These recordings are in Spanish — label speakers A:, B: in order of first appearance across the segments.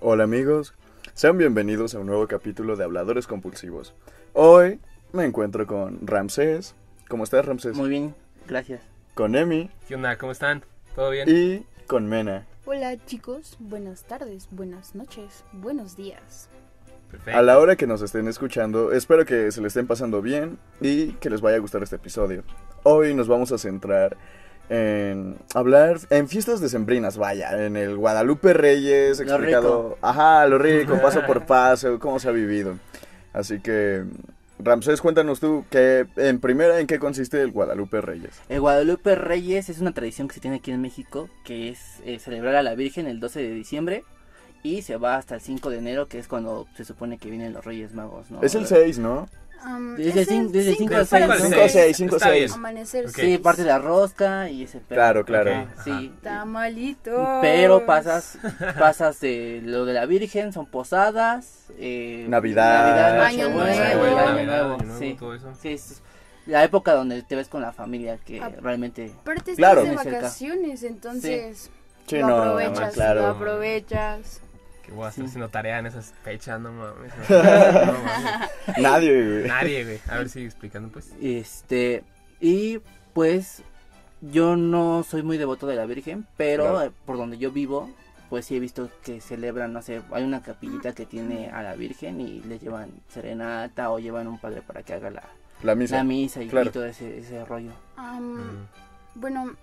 A: Hola amigos, sean bienvenidos a un nuevo capítulo de Habladores Compulsivos. Hoy me encuentro con Ramsés. ¿Cómo estás Ramsés?
B: Muy bien, gracias.
A: Con Emi
C: ¿Qué onda? ¿Cómo están? ¿Todo bien?
A: y con Mena.
D: Hola chicos, buenas tardes, buenas noches, buenos días.
C: Perfecto.
A: A la hora que nos estén escuchando, espero que se le estén pasando bien y que les vaya a gustar este episodio. Hoy nos vamos a centrar en hablar en fiestas decembrinas, vaya, en el Guadalupe Reyes,
B: Lo
A: explicado, ajá, lo rico, paso por paso, cómo se ha vivido. Así que Ramsés, cuéntanos tú que en primera en qué consiste el Guadalupe Reyes.
B: El Eh, Guadalupe Reyes es una tradición que se tiene aquí en México, que es eh, celebrar a la Virgen el 12 de diciembre y se va hasta el 5 de enero, que es cuando se supone que vienen los Reyes Magos, ¿no?
A: es el 6, ¿no?
D: Am,
B: Desde
D: es
B: cin- desde
D: cinco
B: cinco al
D: para
B: seis,
A: Cinco
B: ¿no?
D: el
A: al
D: seis.
A: seis, cinco al
C: Está
A: seis.
C: bien.
D: Amanecer
C: Ok.
B: Sí, parte de la rosca y ese pedo.
A: Claro, claro.
C: Ok.
B: Sí.
D: Tamalito.
B: Pero pasas, pasas de lo de la Virgen, son posadas, eh,
A: Navidad,
B: Navidad,
D: Año
B: Nochebuena,
D: Nuevo.
B: Año
C: Navidad,
B: Nuevo,
C: Año Nuevo,
B: sí.
C: todo eso.
B: Sí, es la época donde te ves con la familia, que
D: Ah.
B: realmente
D: Aparte estás
A: Claro.
D: de
B: Muy cerca.
D: vacaciones, entonces
A: Sí,
D: lo
A: no,
D: aprovechas,
A: claro.
D: lo aprovechas.
C: Que voy a estar
B: Sí.
C: haciendo tarea en esas fechas, no mames. No mames.
A: Nadie, güey.
C: Nadie, güey. A ver, sigue explicando, pues.
B: Este, y pues yo no soy muy devoto de la Virgen, pero
A: Claro.
B: eh, por donde yo vivo, pues sí he visto que celebran, no sé, hay una capillita que tiene a la Virgen y le llevan serenata o llevan un padre para que haga la,
A: La misa.
B: la misa y,
A: claro.
B: y todo ese, ese rollo.
D: Am,
C: Mm.
D: Bueno,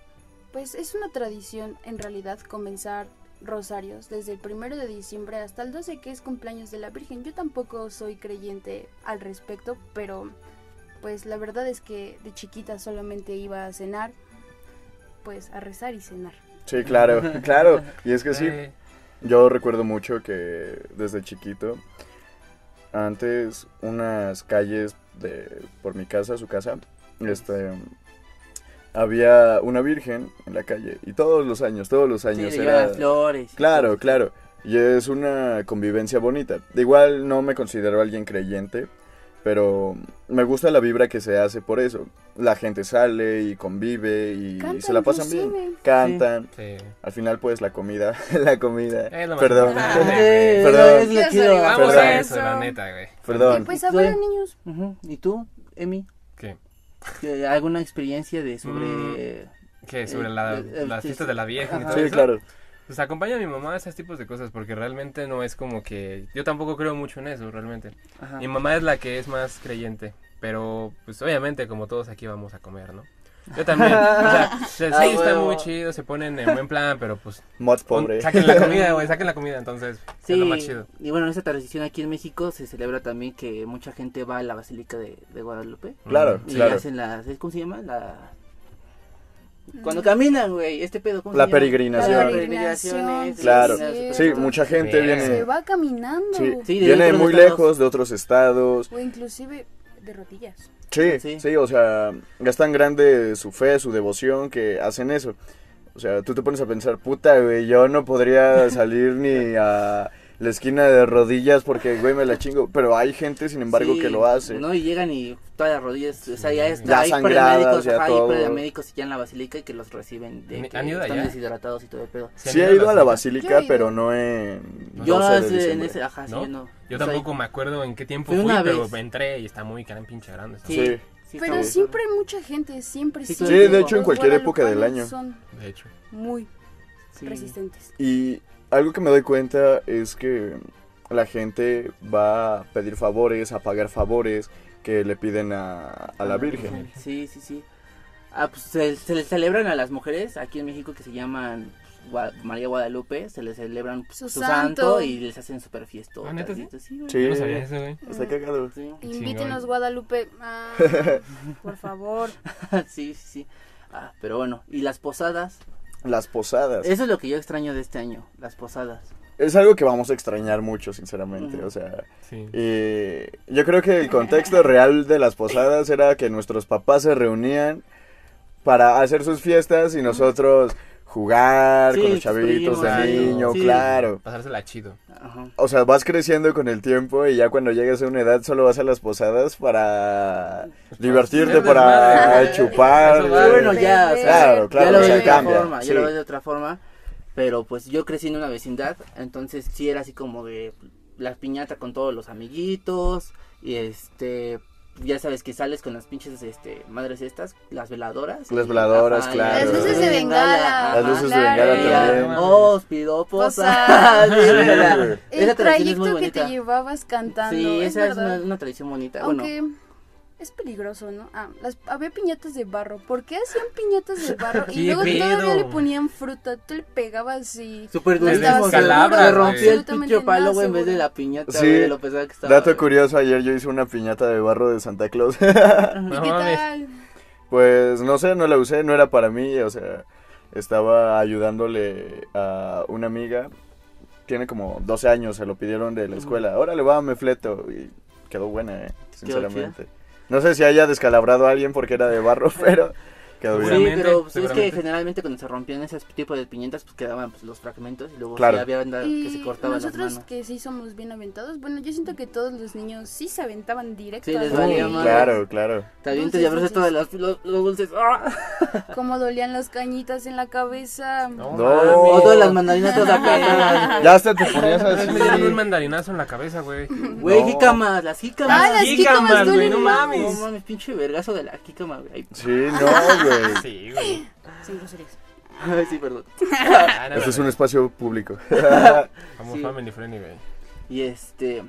D: pues es una tradición en realidad comenzar rosarios desde el primero de diciembre hasta el 12 que es cumpleaños de la Virgen. Yo tampoco soy creyente al respecto, pero pues la verdad es que de chiquita solamente iba a cenar, pues a rezar y cenar.
A: Sí, claro, claro. Y es que sí,
C: Eh,
A: Yo recuerdo mucho que desde chiquito, antes unas calles de por mi casa, su casa, este había una virgen en la calle y todos los años, todos los
B: Sí, le
A: años
B: llevan
A: era
B: las flores. y
A: Claro,
B: todo.
A: claro. Y es una convivencia bonita. Igual no me considero alguien creyente, pero me gusta la vibra que se hace por eso. La gente sale y convive y
D: Canta
A: se la pasan bien.
D: inclusive.
A: Cantan.
C: sí.
A: Al final, pues, la comida, la comida.
C: Es lo más
A: Perdón,
C: importante,
B: Eh,
C: güey.
A: Perdón.
B: no, es lo
D: Yo
B: chido.
D: soy igual.
C: Vamos
A: Ah, Perdón.
C: a eso, la neta, güey.
D: Y
A: perdón.
D: pues
B: Sí.
D: ahora niños,
B: Ujú. ¿Y tú, Emi?
C: ¿Qué?
B: ¿Qué- ¿Alguna experiencia de sobre...?
C: ¿Qué? ¿Sobre
B: Eh,
C: la,
B: eh, eh,
C: las
B: sí,
C: fiestas
B: sí.
C: de la vieja y
B: Ajá.
C: todo
A: Sí,
C: eso?
A: claro.
C: Pues acompaña a mi mamá a esos tipos de cosas, porque realmente no es como que... Yo tampoco creo mucho en eso, realmente.
B: Ajá.
C: Mi mamá es la que es más creyente, pero pues obviamente como todos aquí vamos a comer, ¿no? Yo también, o sea, sí
B: Ah,
C: está
B: huevo.
C: muy chido, se ponen en buen plan, pero pues
A: Mods
C: pon-
A: pobre.
C: saquen la comida, güey, saquen la comida, entonces
B: Sí,
C: es lo más chido.
B: y bueno, en esta tradición aquí en México se celebra también que mucha gente va a la Basílica de, de Guadalupe
A: Claro,
B: y
A: claro.
B: hacen las, ¿cómo se llama? La...
D: Mm.
B: Cuando caminan, güey, este pedo, ¿cómo
A: La
B: se llama?
A: peregrinación.
B: Las peregrinaciones,
D: Sí,
A: Claro.
D: sí,
B: peregrinaciones,
A: Sí,
B: todo.
A: mucha gente
C: Verga.
D: se
A: viene.
D: va caminando
A: Sí,
B: Sí, de
A: viene
B: otros
A: muy
B: estados.
A: lejos de otros estados.
D: o inclusive de rodillas.
A: Sí, sí,
B: Sí.
A: o sea, es tan grande su fe, su devoción que hacen eso. O sea, tú te pones a pensar, puta, güey, yo no podría salir ni a la esquina de rodillas porque, güey, me la chingo. Pero hay gente, sin embargo,
B: Sí,
A: que lo hace.
B: No, y llegan y todas las rodillas, o sea, ya está,
A: Ya
B: hay
A: sangradas,
B: paramédicos,
A: ya
B: ajá,
A: todo.
B: hay paramédicos ya en la Basílica y que los reciben de
C: Ni-
B: que
C: ¿han ido
B: están
C: allá?
B: deshidratados y todo el pedo.
C: ¿Se han
A: Sí he ido a la
C: las-
D: Yo he
A: basílica,
D: ido.
A: pero no en...
B: Yo
A: 12 de
B: hace- en
A: diciembre.
B: ese, ajá, sí,
C: ¿No?
B: yo no.
C: Yo
B: O sea,
C: tampoco me acuerdo en qué tiempo
B: Fui
C: fui,
B: una
C: pero
B: vez.
C: entré y está muy gran pinche grande. ¿sabes?
A: Sí.
B: sí,
D: Pero
B: sí.
D: siempre hay mucha gente, siempre,
B: Sí,
D: siempre.
B: de hecho, en
D: Los
A: cualquier época del
D: guadalupanos
A: año.
D: Son
C: De hecho.
D: muy
B: Sí.
D: resistentes.
A: Y algo que me doy cuenta es que la gente va a pedir favores, a pagar favores que le piden a, a
B: Ah,
A: la Virgen.
B: Sí, sí, sí. Ah, pues, se, se les celebran a las mujeres aquí en México que se llaman pues, Gua- María Guadalupe, se les celebran pues,
D: Su
B: su,
D: santo.
B: santo. y les hacen super fiestas.
C: Ah, ¿neta sí?
A: Sí.
C: Yo no sabía eso, güey.
A: Está cagado.
B: Sí,
C: Qué
D: Ah. Invítenos
C: chingón.
D: Guadalupe. Ah, por favor.
B: sí, sí. sí. Ah, pero bueno, y las posadas.
A: Las posadas. Es...
B: Eso es lo que yo extraño de este año, las posadas.
A: algo que vamos a extrañar mucho, sinceramente.
B: Ujú.
A: O sea,
C: Sí.
A: y yo creo que el contexto real de las posadas era que nuestros papás se reunían para hacer sus fiestas y nosotros jugar
B: Sí,
A: con los chavitos
B: primos,
A: de
C: sí.
A: niño,
B: Sí.
A: claro.
C: Pasársela chido.
B: Ajá.
A: O sea, vas creciendo con el tiempo y ya cuando llegas a una edad solo vas a las posadas para divertirte,
C: hacer
A: para
C: desmadre.
A: chupar.
C: Eso
B: Pero
C: va,
A: güey.
B: bueno, ya, o sea,
A: Claro,
B: ya lo
A: claro,
B: ves
A: o sea,
B: de otra
A: cambia,
B: forma,
A: sí.
B: ya lo ves de otra forma. Pero pues yo crecí en una vecindad, entonces sí era así como de la piñata con todos los amiguitos y este ya sabes que sales con las pinches este madres estas, las veladoras.
A: Las veladoras,
B: Ajá,
A: claro.
D: Las luces de bengala.
B: ajá.
A: Las luces de
D: claro.
A: bengala también.
C: mames.
B: Os pido posas.
D: Posas.
B: pues, Sí, es verdad.
A: güey.
D: El
B: Esa tradición es muy
D: trayecto que
B: bonita.
D: te llevabas cantando.
B: sí,
D: es
B: esa es
D: verdad.
B: una, una tradición bonita. Bueno,
D: Aunque es peligroso, ¿no? Ah, las, había piñatas de barro. ¿Por qué hacían piñatas de barro? Y
C: ¿Qué
D: luego
C: pedo?
D: todavía le ponían fruta. Tú le pegabas y...
B: súper
D: no
B: durísimo.
D: estabas
B: o sea,
C: seguro,
B: Me rompí el
D: absolutamente
B: pinche palo,
D: nada
B: güey, en vez de
D: seguro.
B: la piñata,
A: Sí.
B: güey, de lo pesada que estaba.
A: Dato
B: güey.
A: curioso, ayer yo hice una piñata de barro de Santa Claus.
D: ¿Y
C: No
D: qué
C: mames.
D: tal?
A: Pues no sé, no la usé, no era para mí, o sea, estaba ayudándole a una amiga, tiene como 12 años, se lo pidieron de la
B: Ujú.
A: escuela, órale va, me fleto, y quedó buena, eh,
B: Quedó chida.
A: sinceramente. No sé si haya descalabrado a alguien porque era de barro, pero quedó bien.
B: Sí,
C: Seguramente,
B: pero pues, es que
C: seguramente.
B: generalmente cuando se rompían ese tipo de piñatas, pues quedaban pues, los fragmentos y luego
A: Claro.
B: sí había banda que
D: Y
B: se cortaban las
D: nosotros
B: manos.
D: que sí somos bien aventados, bueno, yo siento que todos los niños sí se aventaban directo.
B: Sí, les
D: al
B: valía
D: río.
A: Mm, claro, claro.
B: También te
D: Dulces,
B: llevas
D: dulces.
B: todos los, los- los dulces. ¡Ah!
D: Cómo dolían las cañitas en la cabeza.
C: No,
A: No.
C: mames.
B: O todas las mandarinas todas acá.
A: Ya hasta te ponías
C: Una vez me dieron un
A: así.
C: mandarinazo en la cabeza, güey.
B: Güey,
A: No.
B: jícamas, las jícamas.
D: Ah, las
C: Sí,
D: jícamas
C: cámara, güey,
D: duelen
C: no
D: más.
B: No
C: mames.
B: mames, pinche vergazo de la jícama, güey.
A: Sí, no, güey.
C: Sí, güey.
D: Sin groserías.
B: Ay, sí, perdón.
C: Ah, no,
A: Este es
C: no,
A: un espacio público.
C: Somos
B: Sí.
C: family friendly, güey.
B: Y este.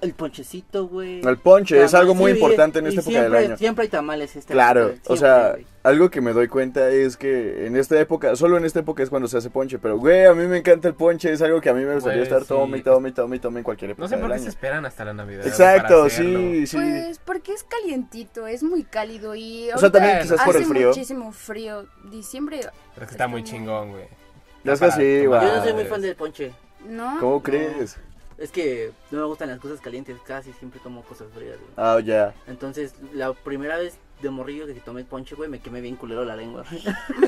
B: El ponchecito, güey.
A: El ponche es algo muy
B: Sí,
A: importante en
B: y
A: esta época
B: siempre,
A: del año.
B: Siempre hay tamales esta
A: Claro,
B: época,
A: o
B: siempre,
A: sea,
B: güey.
A: algo que me doy cuenta es que en esta época, solo en esta época es cuando se hace ponche, pero güey, a mí me encanta el ponche, es algo que a mí me gustaría
C: Güey,
A: estar
C: sí. pues
A: tome y tome y tome y tome en cualquier época
C: No sé por
A: del
C: qué se
A: año.
C: esperan hasta la Navidad.
A: Exacto,
C: para
A: sí, sí.
D: Pues porque es calientito, es muy cálido y
A: o sea, también
C: ahorita
A: quizás por el
D: hace
A: frío.
D: muchísimo frío. Diciembre,
C: hacerlo. Pero es que está muy chingón, güey.
A: Es que
C: Para
A: sí,
C: tomar.
B: Yo no soy
A: va.
B: muy fan del ponche.
D: ¿no?
A: ¿Cómo crees?
B: Es que no me gustan las cosas calientes, casi siempre como cosas frías, güey.
A: Ah, ya.
B: Entonces, la primera vez de morrillo que tomé ponche, güey, me quemé bien culero la lengua.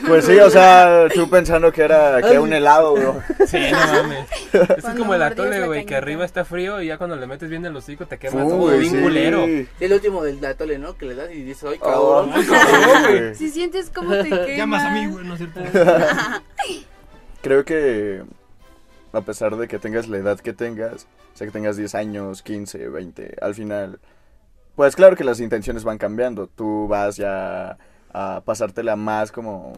A: Pues sí, o sea, tú pensando que era, que era un helado, bro.
C: Sí, no mames. Es
D: Cuando
C: como el
D: mordías
C: atole,
D: la
C: güey, que
D: cañita.
C: arriba está frío y ya cuando le metes bien el hocico te quema
A: Uy,
C: todo bien
A: sí.
C: culero.
B: El último del atole, ¿no? Que le das y dices, ay,
A: Oh,
B: cabrón.
A: sí, güey.
D: Si sientes cómo te quema.
E: Llamas a mí, güey, ¿no es cierto?
A: Creo que a pesar de que tengas la edad que tengas, o sea que tengas 10 años, 15, 20, al final, pues claro que las intenciones van cambiando. Tú vas ya a pasártela más como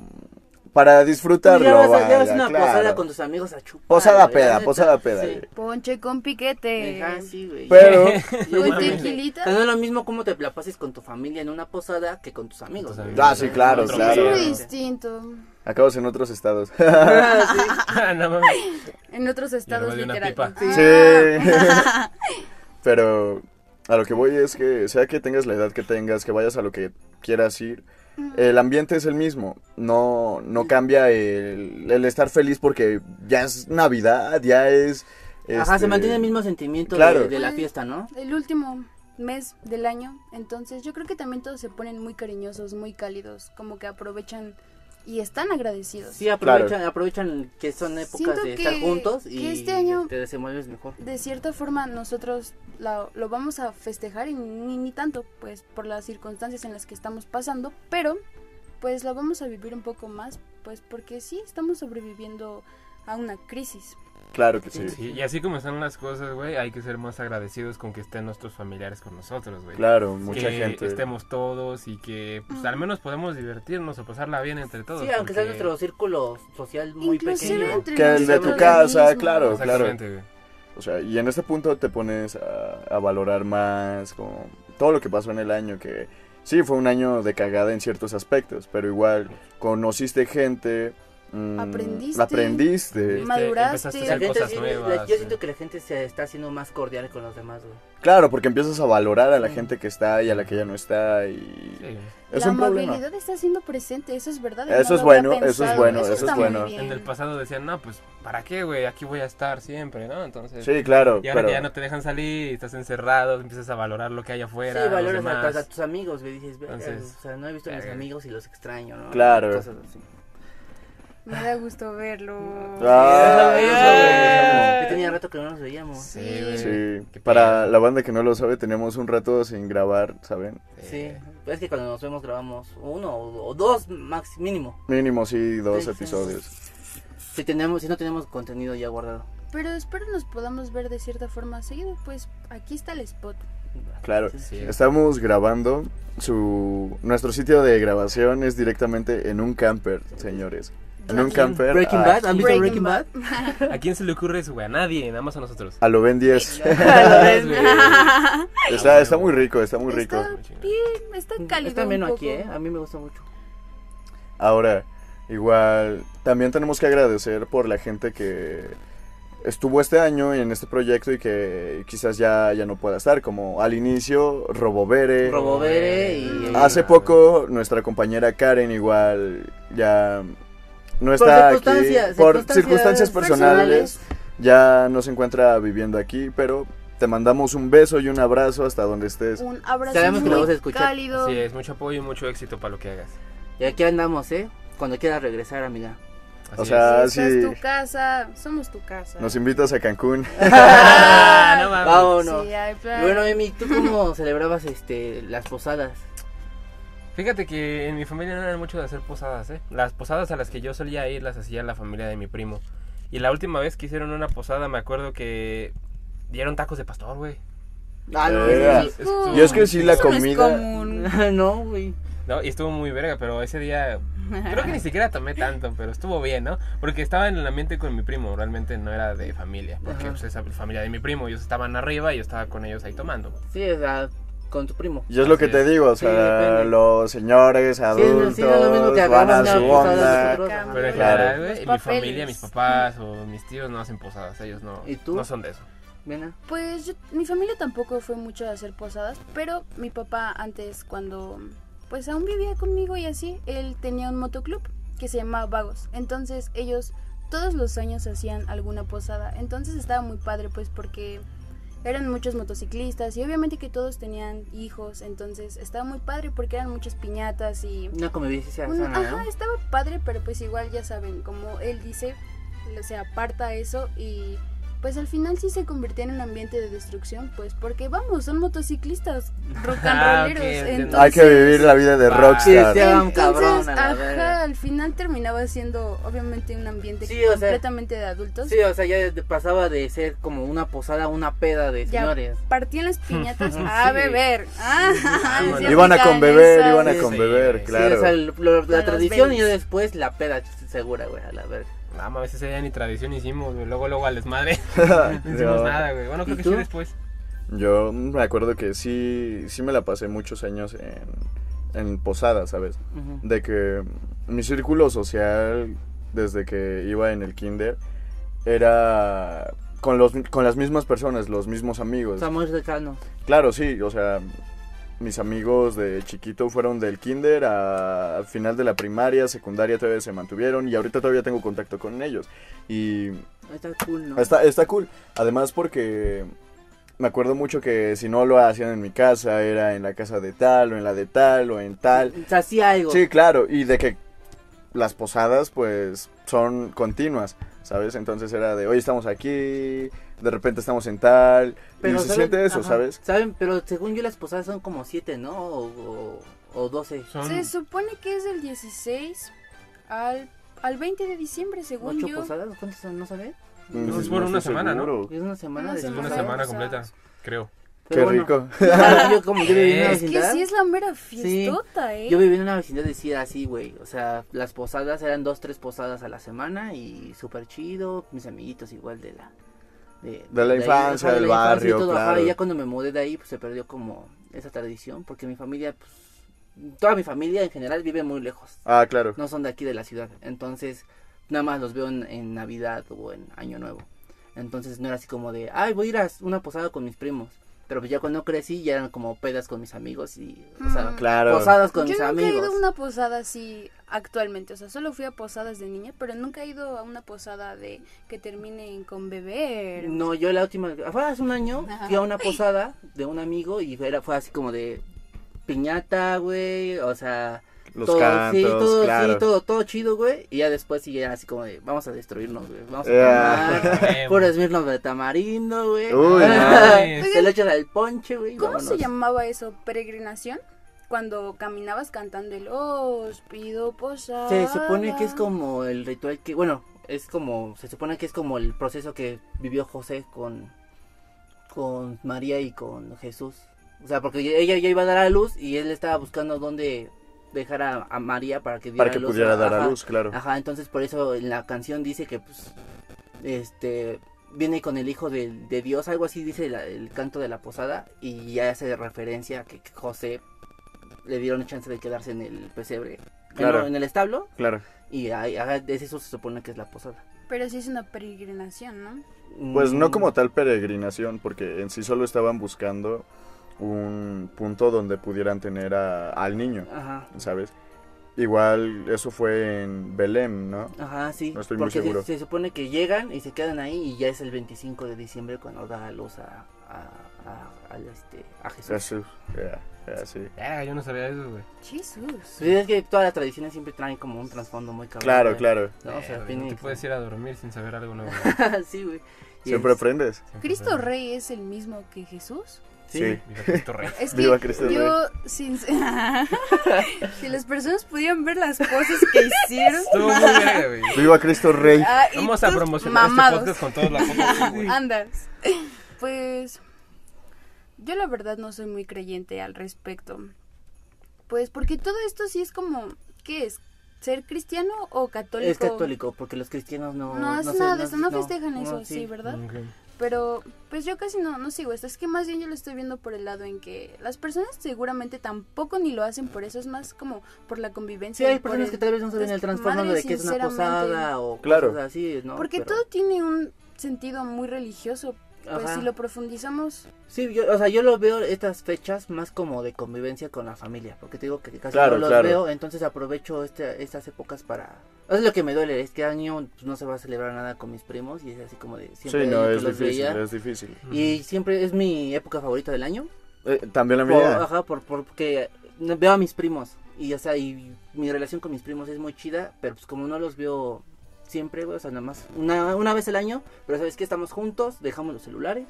A: para disfrutarlo.
B: ya vas a,
A: vaya,
B: ya vas a una
A: claro.
B: posada con tus amigos a chupar.
A: Posada
B: güey, la
A: peda,
B: neta.
A: posada peda.
B: Sí.
A: güey.
D: Ponche con piquete.
B: Ajá, sí, güey.
A: Pero,
B: Yo
D: Con
B: creo que-
D: tequilita.
B: o sea, no es lo mismo cómo te la pases con tu familia en una posada que con tus amigos.
C: tus
B: güey.
C: amigos.
A: Ah, sí, claro,
B: Otro
A: claro.
B: pedo.
D: Es muy distinto.
A: acabas en otros estados.
B: Ah,
C: Ah, no mames.
D: En otros estados,
C: luego de una
D: literal.
C: pipa.
A: Sí. Pero a lo que voy es que sea que tengas la edad que tengas, que vayas a lo que quieras ir, el ambiente es el mismo. No, no cambia el, el estar feliz porque ya es Navidad, ya es...
B: Ajá,
A: este,
B: se mantiene el mismo sentimiento
A: Claro.
B: de, de
D: Pues,
B: la fiesta, ¿no?
D: El último mes del año, entonces yo creo que también todos se ponen muy cariñosos, muy cálidos, como que aprovechan y están agradecidos.
B: Sí, aprovechan, aprovechan que son épocas
D: Siento
B: de estar
D: que-
B: juntos
D: que
B: y
D: este año-
B: te desenvuelves mejor.
D: De cierta forma nosotros la- lo vamos a festejar y ni, ni tanto, pues por las circunstancias en las que estamos pasando, pero pues lo vamos a vivir un poco más, pues porque sí estamos sobreviviendo a una crisis.
A: Claro que sí.
C: Sí, y así como están las cosas, güey, hay que ser más agradecidos con que estén nuestros familiares con nosotros, güey.
A: Claro, mucha
C: que
A: gente.
B: este
C: estemos todos y que pues, al menos podamos divertirnos o pasarla bien entre todos.
B: Sí, aunque sea
C: porque-
B: nuestro círculo social muy
D: Inclusive
B: pequeño.
D: entre
A: Que el de tu
D: nosotros
A: casa,
D: mismos.
A: claro.
C: Exactamente, güey.
A: O sea, y en este punto te pones a, a valorar más como todo lo que pasó en el año, que sí, fue un año de cagada en ciertos aspectos, pero igual conociste gente. mm,
D: Aprendiste.
A: aprendiste.
C: Este,
D: Maduraste.
C: empezaste
B: pues, La
C: a
D: La
C: hacer
B: gente
C: cosas
B: sí-
C: nuevas. eh.
B: la- yo
C: güey.
B: siento que la gente se está haciendo más cordial con los demás, güey.
A: Claro, porque empiezas a valorar a la
B: Sí.
A: gente que está y a la que ya no está y
C: Sí.
A: es
D: la
A: un problema.
D: amabilidad está siendo presente, eso es verdad.
A: Eso
D: no
A: es
D: lo había
A: bueno, eso es
D: pensado,
A: bueno, eso
D: está
A: es
D: muy
A: bueno.
D: bien.
C: En el pasado decían, no, pues, ¿para qué, güey? Aquí voy a estar siempre, ¿no? Entonces...
A: Sí, claro,
C: Y ahora
A: pero
C: que ya no te dejan salir, estás encerrado, empiezas a valorar lo que hay afuera.
B: Sí,
C: los
B: valoras a,
C: demás.
B: a tus amigos, güey. Dices, "Verga,
C: Entonces,
B: o sea, no he visto a mis
C: verga.
B: amigos y los extraño, ¿no?
A: Claro.
B: Cosas así.
D: Me da gusto verlo.
A: Ah,
B: Ay,
A: eso,
B: ya
A: güey,
C: eso.
B: tenía rato que no nos veíamos.
C: Sí, güey.
A: sí.
C: Qué
A: Para
C: pedo.
A: la banda que no lo sabe, tenemos un rato sin grabar, ¿saben?
B: Sí, es que cuando nos vemos grabamos uno o, o dos max mínimo.
A: Mínimo sí dos
B: Sí, sí.
A: episodios.
B: si, tenemos, si no tenemos contenido ya guardado.
D: Pero espero nos podamos ver de cierta forma seguido, pues aquí está el spot.
A: Claro.
B: Sí, sí.
C: Sí.
A: Estamos grabando. Su, nuestro sitio de grabación es directamente en un camper, señores. En un
D: Breaking-
A: camper.
B: Breaking
A: a,
B: Bad, ¿han visto Breaking
D: Breaking
B: Bad?
C: ¿A quién se le ocurre eso, güey? A nadie, nada más a nosotros.
A: a lo Ben 10. está, está muy rico, está muy rico.
D: Está bien, está cálido.
B: Está
D: un
B: menos
D: poco.
B: aquí, ¿eh? A mí me gusta mucho.
A: Ahora, igual, también tenemos que agradecer por la gente que estuvo este año en este proyecto y que quizás ya, ya no pueda estar, como al inicio Robovere.
B: Robovere y...
A: Hace poco nuestra compañera Karen igual ya no
B: Por
A: está aquí
B: circunstancias,
A: por
B: circunstancias
A: circunstancias personales, ya no se encuentra viviendo aquí, pero te mandamos un beso y un abrazo hasta donde estés.
D: Un abrazo
B: Sabemos que lo
D: muy
B: vas a escuchar.
D: cálido.
C: Sí, es mucho apoyo y mucho éxito para lo que hagas.
B: Y aquí andamos, ¿eh? Cuando quieras regresar, amiga.
C: Así
A: O sea, Ah,
D: Esta
A: sí.
D: es tu casa, somos tu casa.
A: Nos invitas a Cancún.
C: Ah, no mames.
B: Vámonos.
D: Sí, hay plan.
B: Bueno, Emi, ¿tú cómo celebrabas este, las posadas?
C: es. fíjate que en mi familia no eran mucho de hacer posadas, ¿eh? Las posadas a las que yo solía ir las hacía la familia de mi primo. Y la última vez que hicieron una posada, me acuerdo que dieron tacos de pastor, güey.
B: Ah, no,
A: Verga.
B: sí,
D: Estuvo-
A: Y es que sí, la
D: Eso no es
A: comida-
D: común.
B: sí. no, güey.
C: No, y estuvo muy verga, pero ese día creo que ni siquiera tomé tanto, pero estuvo bien, ¿no? Porque estaba en el ambiente con mi primo, realmente no era de familia, porque
B: Ajá.
C: pues, es la familia de mi primo, ellos estaban arriba y yo estaba con ellos ahí tomando.
B: Sí, o sea, con tu primo.
A: Y es lo
C: Así
A: que te
C: es.
A: digo, o
B: Sí,
A: sea,
B: depende.
A: los señores
B: Sí, es lo-
A: adultos
B: sí, es lo mismo que
A: van a
B: hagamos
A: su
B: una posada
A: onda.
B: nosotros.
D: Pero
B: ajá.
C: Pero en
A: Claro.
C: general, güey,
D: Los
C: en mi
D: papeles.
C: familia, mis papás o mis tíos no hacen posadas, ellos no,
B: ¿Y tú?
C: no son de eso.
B: Mena.
D: Pues yo- mi familia tampoco fue mucho de hacer posadas, pero mi papá antes cuando pues aún vivía conmigo y así, él tenía un motoclub que se llamaba Vagos. Entonces ellos todos los años hacían alguna posada. Entonces estaba muy padre pues porque eran muchos motociclistas y obviamente que todos tenían hijos, entonces estaba muy padre porque eran muchas piñatas y
B: Una convivencia
D: un-
B: sana,
D: ajá,
B: ¿no?
D: estaba padre, pero pues igual ya saben, como él dice, se aparta eso y pues al final sí se convirtió en un ambiente de destrucción, pues porque vamos, son motociclistas, rock and
C: Ah, ok,
D: rolleros,
C: entiendo.
D: entonces-
A: Hay que vivir la vida de
C: Va.
A: rockstar.
B: Sí, sí. Esteban,
D: entonces,
B: cabrón, a la verga.
D: ajá, al final terminaba siendo obviamente un ambiente
B: Sí, o sea,
D: completamente de adultos.
B: Sí, o sea, ya de- pasaba de ser como una posada a una peda de
D: Ya.
B: señores.
D: Partían las piñatas a
C: Sí.
D: beber. Ah,
C: vámonos.
D: sí,
A: Iban a
D: aplicaban
A: conbeber,
D: esas.
A: iban a
B: sí,
A: conbeber,
C: sí,
A: claro.
B: Sí, o sea, el- lo- la
D: los
B: tradición y
D: babies.
B: después la peda segura, güey, a la verga.
C: Nada más ese día ni tradición hicimos, güey, luego luego al desmadre. No hicimos
A: Yo-
C: nada, güey. Bueno, creo
B: ¿Y
C: que
B: tú?
C: sí después.
A: Yo me acuerdo que sí, sí me la pasé muchos años en, en posada, ¿sabes?
B: Ujú.
A: De que mi círculo social desde que iba en el kinder era con, los, con las mismas personas, los mismos amigos.
B: Somos cercanos.
A: Claro, sí, o sea, mis amigos de chiquito fueron del kinder a- al final de la primaria, secundaria todavía se mantuvieron y ahorita todavía tengo contacto con ellos. Y
B: Está cool, ¿no?
A: Está, está cool. Además porque me acuerdo mucho que si no lo hacían en mi casa, era en la casa de tal, o en la de tal, o en tal.
B: O sea, sí algo.
A: Sí, claro. Y de que las posadas pues son continuas, ¿sabes? Entonces era de hoy estamos aquí, de repente estamos en tal. y se
B: ¿saben?
A: siente eso,
B: Ajá.
A: ¿sabes?
B: Saben, pero según yo las posadas son como siete, ¿no? O, o, o 12.
C: Son
D: Se supone que es del 16 al, al 20 de diciembre, según
B: ¿Ocho
D: yo.
B: posadas? ¿Cuántas son? ¿No sabes?
C: Pues
A: No
C: es
A: sé,
C: por
A: no
C: una
A: estoy
C: semana, ¿no?
A: seguro.
B: Es una semana
D: Una
B: de
C: es una
D: Ajá.
C: semana
D: O sea,
C: completa, creo.
A: Qué
B: Pero bueno,
A: rico.
B: yo como yo viví en una
C: Es
D: Es que
B: vecindad.
D: sí es la mera fiestota, ¿eh?
B: Yo viví en una vecindad de sí era así, güey. O sea, las posadas eran dos, tres posadas a la semana y súper chido. Mis amiguitos igual de la... De,
A: la
B: ahí,
A: infancia,
B: ajá,
A: del
B: la infancia y
A: barrio,
B: todo, ajá,
A: claro.
B: y ya cuando me mudé de ahí, pues se perdió como esa tradición. Porque mi familia, pues... Toda mi familia en general vive muy lejos.
A: Ah, claro.
B: no son de aquí de la ciudad. Entonces, nada más los veo en, en Navidad o en Año Nuevo. Entonces no era así como de, ay, voy a ir a una posada con mis primos. Pero pues ya cuando crecí ya eran como pedas con mis amigos y, o sea,
D: Mm.
A: Claro.
B: posadas con
D: Yo
B: mis
D: nunca he
B: amigos.
D: ido a una posada así actualmente, o sea, solo fui a posadas de niña, pero nunca he ido a una posada de que terminen con beber.
B: No, yo la última, fue hace un año,
D: Ajá.
B: fui a una posada de un amigo y era, fue así como de piñata, güey, o sea,
A: Los
B: todo,
A: cantos,
B: sí, todo,
A: claro.
B: sí, todo, todo chido, güey. Y ya después sí, ya así como de, vamos a destruirnos, güey, vamos a
A: Yeah.
B: tomar,
C: Eh,
B: Puro Smirnoff de tamarindo, güey.
A: Uy,
C: mames.
B: Te lo echas al ponche, güey.
D: ¿Cómo se
B: vámonos.
D: llamaba eso? ¿Peregrinación? Cuando caminabas cantando el os pido posada.
B: Se supone que es como el ritual que, bueno, es como, se supone que es como el proceso que vivió José con, con María y con Jesús. O sea, porque ya- ella ya iba a dar a luz y él estaba buscando dónde dejar a, a María para que diera
A: Para que
B: luz.
A: pudiera dar a
B: Ajá.
A: luz, claro.
B: Ajá, entonces por eso en la canción dice que pues este viene con el hijo de, de Dios, algo así dice la- el canto de la posada y ya hace referencia a que que José le dieron chance de quedarse en el pesebre,
A: Claro.
B: claro. en el establo
A: Claro.
B: y ahí- ajá, de eso se supone que es la posada.
D: Pero sí es una peregrinación, ¿no?
A: Pues no
B: Mm,
A: como tal peregrinación, porque en sí solo estaban buscando un punto donde pudieran tener a- al niño,
B: Ajá.
A: ¿sabes? Igual eso fue en Belén, ¿no?
B: Ajá, sí.
A: No estoy muy
B: porque se-
A: seguro.
B: Se, supone que llegan y se quedan ahí y ya es el 25 de diciembre cuando da a luz a, a- a- al, este, a Jesús.
A: Jesús. ya, ya, eh, sí.
C: Verga, yo no sabía eso, güey.
D: Jesús.
B: Sí, Pues es que todas las tradiciones siempre traen como un trasfondo muy cabrón.
A: Claro,
B: güey.
A: claro.
B: No, o sea,
C: Verga,
B: tiene
C: Eh, no te
B: que-
C: puedes ir a dormir sin saber algo nuevo. güey.
B: sí, güey. Y
A: Siempre
B: es-
A: aprendes.
C: Siempre
D: ¿Cristo
C: sabes.
D: Rey es el mismo que Jesús?
B: Sí.
A: Sí.
C: Viva Cristo Rey.
D: Es que
A: Viva Cristo
D: yo, sin... si las personas pudieran ver las cosas que hicieron...
C: Estuvo muy verga, güey.
A: Viva Cristo Rey.
D: Ah, y
C: Vamos a
D: tus
C: promocionar
D: mamados. Ah,
C: este podcast con todos los fotos, güey.
D: Andas. Pues yo la verdad no soy muy creyente al respecto. Pues porque todo esto sí es como, ¿qué es? ¿Ser cristiano o católico?
B: Es católico, porque los cristianos no.
D: No, es
B: se-
D: nada de eso, no festejan
B: no,
D: eso, sí, ¿verdad?
C: Ok.
D: Pero pues yo casi no, no sigo esto, es que más bien yo lo estoy viendo por el lado en que las personas seguramente tampoco ni lo hacen por eso, es más como por la
B: Sí,
D: convivencia. y
B: hay
D: por
B: personas
D: el-
B: que tal vez no saben el trasfondo
D: desmadre,
B: de que es una
D: Pues, sinceramente.
B: posada o
A: Claro.
B: cosas así, ¿no?
D: Porque
B: Pero-
D: todo tiene un sentido muy religioso, pues
B: Ajá.
D: si lo profundizamos,
B: Sí, yo, o sea, yo lo veo estas fechas más como de convivencia con la familia, porque te digo que casi
A: Claro,
B: no los
A: claro.
B: veo, entonces aprovecho este, estas épocas para... O sea, lo que me duele, este año pues, no se va a celebrar nada con mis primos y es así como de siempre
A: Sí, no,
B: yo que
A: es
B: los
A: difícil,
B: veía,
A: es difícil.
B: Y siempre es mi época favorita del año,
A: Eh, También la
B: Por-
A: mía.
B: ajá, por, por- porque veo a mis primos. Y, o sea, y mi relación con mis primos es muy chida, pero pues como no los veo siempre, güey, o sea, nada más una, una vez al año, pero sabes que estamos juntos, dejamos los celulares.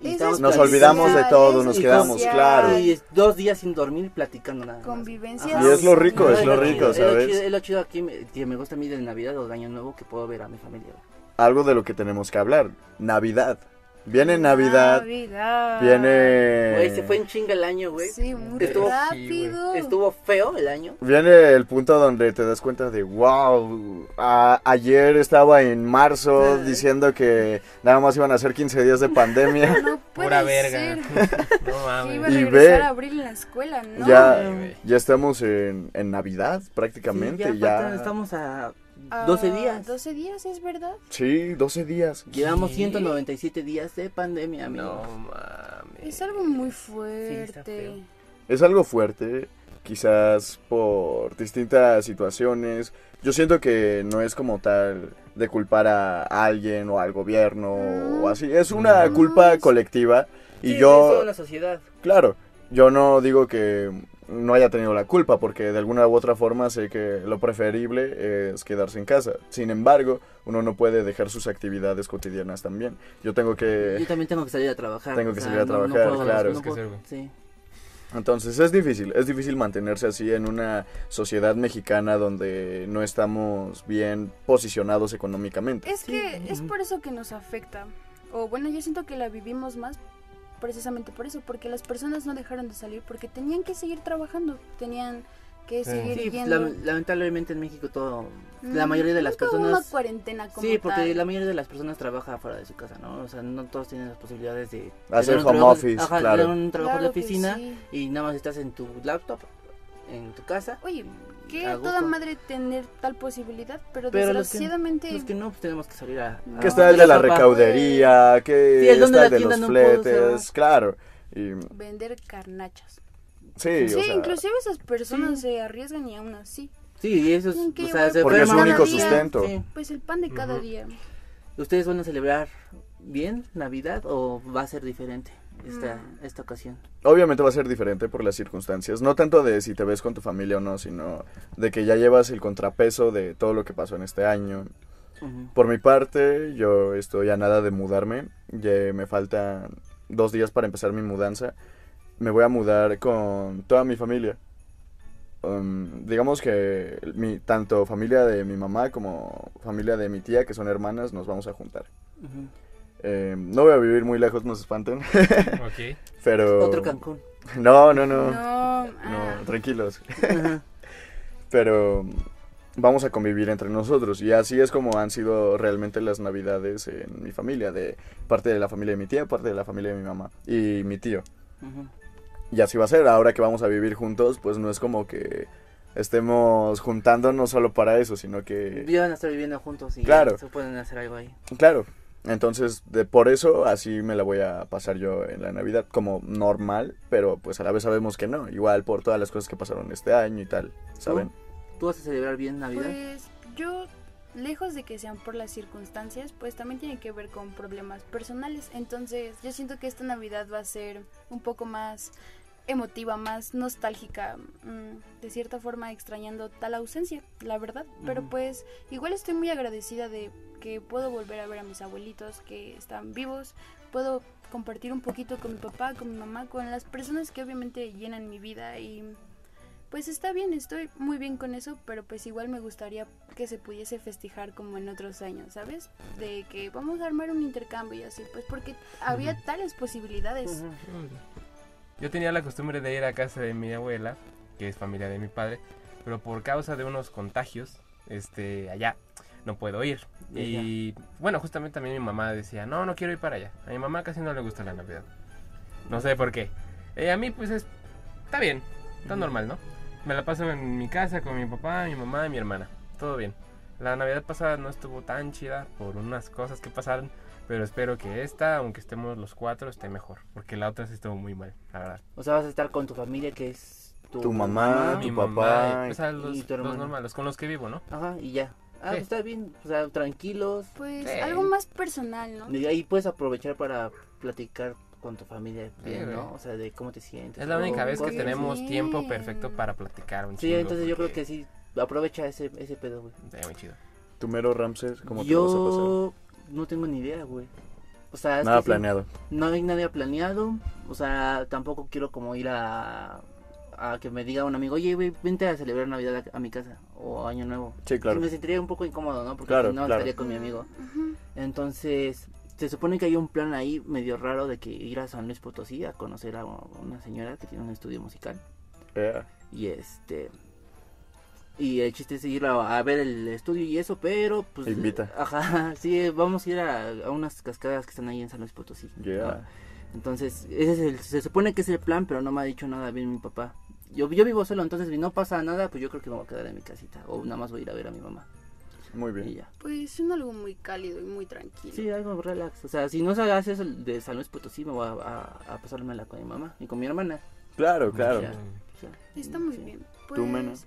D: Esas
A: Nos
B: platicando.
A: olvidamos de todo, nos
B: Y
A: quedamos,
D: con-
A: claro.
B: Y es dos días sin dormir platicando nada. más.
D: Convivencias.
B: Ajá.
A: Y es lo rico, es lo
B: chido,
A: rico,
B: Es lo
A: ¿sabes?
B: chido, es lo chido aquí me- que me gusta a mí de Navidad o de Año Nuevo que puedo ver a mi familia. güey.
A: Algo de lo que tenemos que hablar. Navidad. Viene Navidad.
D: Navidad.
A: Viene.
B: Ah, Güey, se fue en chinga el año, güey.
D: Sí, muy
B: Estuvo-
D: rápido.
B: Estuvo feo el año.
A: Viene el punto donde te das cuenta de, wow, a- ayer estaba en marzo
B: Ah.
A: diciendo que nada más iban a ser 15 días de pandemia.
D: No puede
C: Pura verga.
D: ser.
C: No
D: Que iba a
A: Y
C: mames.
A: ve-
D: regresar a abril en la escuela, ¿no?
A: ya,
C: güey.
A: ya estamos en, en Navidad prácticamente.
B: Sí,
A: ya
B: faltan- estamos a
D: Ah,
B: 12 días.
D: 12 días, es verdad.
A: Sí, 12 días.
B: Llevamos
C: ¿Qué?
B: 197 días de pandemia, amigo.
C: No mames.
D: Es algo muy
B: está feo.
D: fuerte.
A: Es algo fuerte, quizás por distintas situaciones. Yo siento que no es como tal de culpar a alguien o al gobierno o
D: Mm.
A: así. Es una
D: Mm.
A: culpa colectiva. Y
B: Sí,
A: yo...
B: es una sociedad.
A: Claro, yo no digo que no haya tenido la culpa, porque de alguna u otra forma sé que lo preferible es quedarse en casa. Sin embargo, uno no puede dejar sus actividades cotidianas también. Yo tengo
B: Yo
A: que...
B: también tengo que salir a trabajar.
A: Eh, Tengo
B: o
A: que
B: sea,
A: salir a
B: no- no
A: trabajar,
B: puedo-
A: claro.
B: no
C: Tienes que
B: puedo-
C: hacer,
B: sí.
A: Entonces es difícil, es difícil mantenerse así en una sociedad mexicana donde no estamos bien posicionados económicamente.
D: Es que es por eso que nos afecta. O bueno, yo siento que la vivimos más precisamente por eso, porque las personas no dejaron de salir porque tenían que seguir trabajando, tenían que
C: Sí.
D: seguir
B: Sí,
D: yendo.
B: la- lamentablemente en México todo, la
D: Mm,
B: mayoría de las
D: nunca hubo una
B: personas...
D: cuarentena como
B: Sí, porque
D: tal.
B: la mayoría de las personas trabaja fuera de su casa, ¿no? O sea, no todos tienen las posibilidades de...
A: Hacer
B: tener un
A: home
B: trabajo-
A: office,
B: ajá,
A: claro.
B: tener un trabajo
D: Claro
B: de
D: que
B: oficina
D: sí.
B: y nada más estás en tu laptop, en tu casa.
D: Oye, que
B: a
D: a
B: gusto.
D: toda madre tener tal posibilidad, pero,
B: Pero los que-
D: desgraciadamente
B: Los que no, pues tenemos que salir a... a
A: Que está el de la
B: ropa.
A: recaudería, que
B: Sí, el don
A: está
B: de la
A: el de
B: tienda
A: los
B: no puedo
A: fletes,
B: usar.
A: claro. Y,
D: vender carnachas.
A: sí,
D: Sí,
A: o sea,
D: inclusive esas personas se arriesgan y aún así.
B: Sí, eso es...
C: Mm,
D: Tienen que
B: o sea, se
D: llevar
A: porque es su
B: enferman.
A: único
D: Cada día,
A: sustento.
B: Sí.
D: Pues el pan de cada
C: Ujú.
D: día.
B: ¿Ustedes van a celebrar bien Navidad o va a ser diferente esta,
C: Ah.
D: Mm.
B: esta ocasión?
A: Obviamente va a ser diferente por las circunstancias, no tanto de si te ves con tu familia o no, sino de que ya llevas el contrapeso de todo lo que pasó en este año.
B: Ujú.
A: Por mi parte, yo estoy a nada de mudarme, ya me faltan dos días para empezar mi mudanza. Me voy a mudar con toda mi familia. um, digamos que mi, tanto familia de mi mamá como familia de mi tía, que son hermanas, nos vamos a juntar.
B: Ujú.
A: Eh, no voy a vivir muy lejos, no se espanten.
C: Ok.
A: pero...
B: Otro Cancún.
A: No, no,
D: No,
A: no. No,
D: ah,
A: tranquilos.
B: Ajá.
A: Pero um, vamos a convivir entre nosotros. Y así es como han sido realmente las navidades en mi familia, de parte de la familia de mi tía, parte de la familia de mi mamá y mi tío.
B: Ujú.
A: Y así va a ser, ahora que vamos a vivir juntos, pues no es como que estemos juntándonos solo para eso, sino que...
B: Ya van a estar viviendo juntos y
A: Eh. Claro.
B: se pueden hacer algo ahí.
A: Claro, entonces de, por eso así me la voy a pasar yo en la Navidad, como normal, pero pues a la vez sabemos que no, igual por todas las cosas que pasaron este año y tal, ¿saben?
B: ¿Tú vas a celebrar bien Navidad?
D: Pues yo, lejos de que sean por las circunstancias, pues también tiene que ver con problemas personales. Entonces yo siento que esta Navidad va a ser un poco más emotiva, más nostálgica, mm, de cierta forma extrañando tal ausencia, la verdad. Pero
B: Ujú.
D: pues igual estoy muy agradecida de que puedo volver a ver a mis abuelitos que están vivos, puedo compartir un poquito con mi papá, con mi mamá, con las personas que obviamente llenan mi vida y pues está bien, estoy muy bien con eso, pero pues igual me gustaría que se pudiese festejar como en otros años, ¿sabes? De que vamos a armar un intercambio y así, pues porque había
C: Ujú.
D: tales posibilidades.
C: Pues,
B: Ujú.
C: Yo tenía la costumbre de ir a casa de mi abuela, que es familia de mi padre, pero por causa de unos contagios, este, allá no puedo ir.
B: Ya,
C: Y bueno, justamente también mi mamá decía, no, no quiero ir para allá. A mi mamá casi no le gusta la Navidad. No sé por qué. Eh, a mí pues es, está bien, está
B: Ujú.
C: normal, ¿no? Me la paso en mi casa con mi papá, mi mamá y mi hermana. Todo bien. La Navidad pasada no estuvo tan chida por unas cosas que pasaron, pero espero que esta, aunque estemos los cuatro, esté mejor, porque la otra sí estuvo muy mal, la verdad.
B: O sea, vas a estar con tu familia que es tu,
A: Tu mamá,
C: Mi
A: tu
C: mamá
A: papá
C: y, pues, a los,
B: y tu
C: los
B: hermano.
C: normales, con los que vivo, ¿no?
B: Ajá, y ya. Ah,
C: Sí.
B: pues está bien, o sea, tranquilos.
D: Pues
C: Sí.
D: algo más personal, ¿no?
B: Y ahí puedes aprovechar para platicar con tu familia, bien,
C: güey.
B: ¿no? O sea, de cómo te sientes.
C: Es la
B: o
C: única vez que
B: Oh, cosas.
C: tenemos
D: Bien.
C: tiempo perfecto para platicar. Un
B: Sí,
C: chingo,
B: entonces yo creo
C: porque-
B: que sí, aprovecha ese, ese pedo, güey.
C: Está muy chido.
A: Tu mero Ramses, ¿cómo te vas a pasar?
B: Yo no tengo ni idea, güey. O sea, es
A: Nada
B: que sí,
A: planeado.
B: no hay nada planeado. O sea, tampoco quiero como ir a, a que me diga un amigo, oye, güey, vente a celebrar Navidad a, a mi casa o Año Nuevo.
A: Sí, claro.
B: Sí, me sentiría un poco incómodo, ¿no? Porque
A: Claro,
B: si no
A: claro.
B: estaría con mi amigo.
D: Ujú.
B: Entonces, se supone que hay un plan ahí medio raro de que ir a San Luis Potosí a conocer a una señora que tiene un estudio musical.
A: Eh,
B: Y este. Y el chiste es ir a, a ver el estudio y eso, pero pues.
A: Te invita.
B: Ajá, sí, vamos a ir a, a unas cascadas que están ahí en San Luis Potosí.
A: yeah.
B: Ah. Entonces, ese es el, se supone que es el plan, pero no me ha dicho nada bien mi papá. Yo, yo vivo solo, entonces si no pasa nada, pues yo creo que me voy a quedar en mi casita. O nada más voy a ir a ver a mi mamá.
A: Muy
B: Y
A: bien.
B: ya.
D: Pues suena algo muy cálido y muy tranquilo.
B: Sí, algo relax. O sea, si no se hace eso de San Luis Potosí, me voy a, a, a pasármela con mi mamá y con mi hermana.
A: Claro, claro.
B: Ya. O sea,
D: Está muy
B: sí.
D: bien.
A: ¿Tú, Mena?
D: Pues,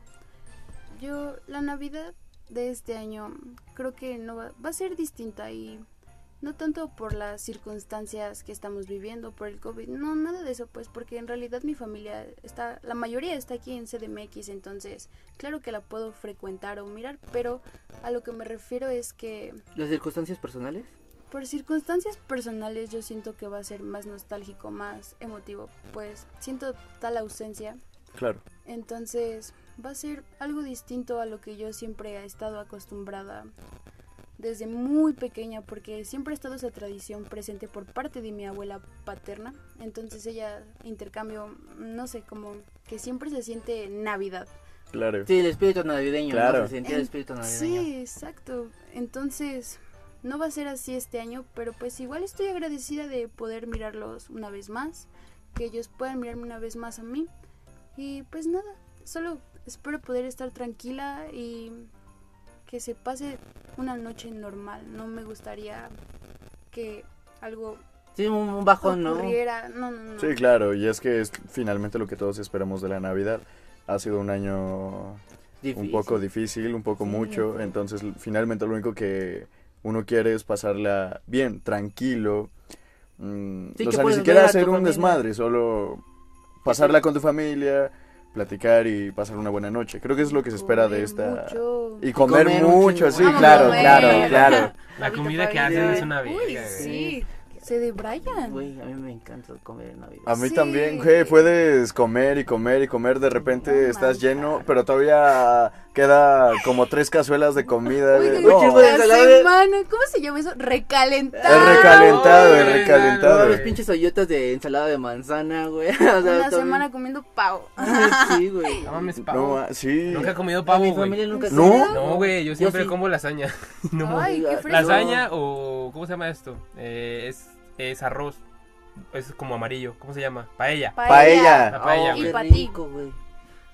D: Yo, la Navidad de este año creo que no va, va a ser distinta y no tanto por las circunstancias que estamos viviendo, por el COVID, no, nada de eso, pues porque en realidad mi familia está, la mayoría está aquí en CDMX, entonces claro que la puedo frecuentar o mirar, pero a lo que me refiero es que
B: ¿Las circunstancias personales?
D: por circunstancias personales yo siento que va a ser más nostálgico, más emotivo, pues siento tal ausencia
A: Claro.
D: entonces va a ser algo distinto a lo que yo siempre he estado acostumbrada desde muy pequeña porque siempre ha estado esa tradición presente por parte de mi abuela paterna. Entonces ella intercambio, no sé, como que siempre se siente Navidad.
A: Claro.
B: Sí, el espíritu navideño. ¿no?
A: Claro.
B: Se sentía el espíritu navideño.
D: Sí, exacto. Entonces no va a ser así este año, pero pues igual estoy agradecida de poder mirarlos una vez más, que ellos puedan mirarme una vez más a mí. Y pues nada, solo espero poder estar tranquila y que se pase una noche normal. No me gustaría que algo
B: Sí, un, un bajón, Oh, ¿no?
D: ocurriera. No, no, no.
A: Sí, claro, y es que es finalmente lo que todos esperamos de la Navidad. Ha sido un año
B: Difícil.
A: un poco difícil, un poco
D: Sí.
A: mucho, entonces l- finalmente lo único que uno quiere es pasarla bien, tranquilo. mm,
B: Sí,
A: o
B: que
A: sea, ni
B: puedes
A: siquiera
B: ver a
A: hacer
B: tu
A: un
B: familia.
A: desmadre, solo pasarla con tu familia, platicar y pasar una buena noche. Creo que es lo que se espera de
D: Comer
A: esta...
D: mucho.
A: Y comer,
B: comer un
A: mucho,
B: chingo.
A: sí,
D: Vamos a
A: claro,
D: comer.
A: claro, claro.
C: La comida que
D: Pavita,
C: hacen es
D: pavita.
C: una
D: Uy,
C: verga,
D: sí. Se de Brian.
B: Güey, a mí me encanta comer en Navidad.
A: A mí
D: Sí.
A: también, güey, puedes comer y comer y comer, de repente
D: No
A: estás
D: manches.
A: lleno, pero todavía queda como tres cazuelas de comida.
D: Oye,
A: güey. No,
B: chivo de
D: la
B: salada.
D: semana, ¿cómo se llama eso? Recalentado.
A: es recalentado, es
C: Ay,
B: Todos
A: recalentado.
C: no,
B: los
C: güey.
B: pinches hoyotas de ensalada de manzana, güey. O sea,
D: Una
B: también-
D: semana comiendo pavo.
B: Sí, güey.
C: No mames, pavo.
A: No, ah, sí.
C: Nunca he comido
B: A mi
C: pavo,
B: familia
C: güey.
B: nunca
D: ¿En
B: comió.
D: serio?
C: No, güey, yo siempre
B: sí.
C: como lasaña. No.
D: Ay, qué
B: Las
D: fresco.
C: Lasaña o... ¿Cómo se llama esto? Eh, es, es arroz. Es como amarillo. ¿Cómo se llama? Paella.
A: Paella.
C: La paella,
B: Oh,
C: güey.
B: qué
D: Y pa' ti.
B: rico, güey.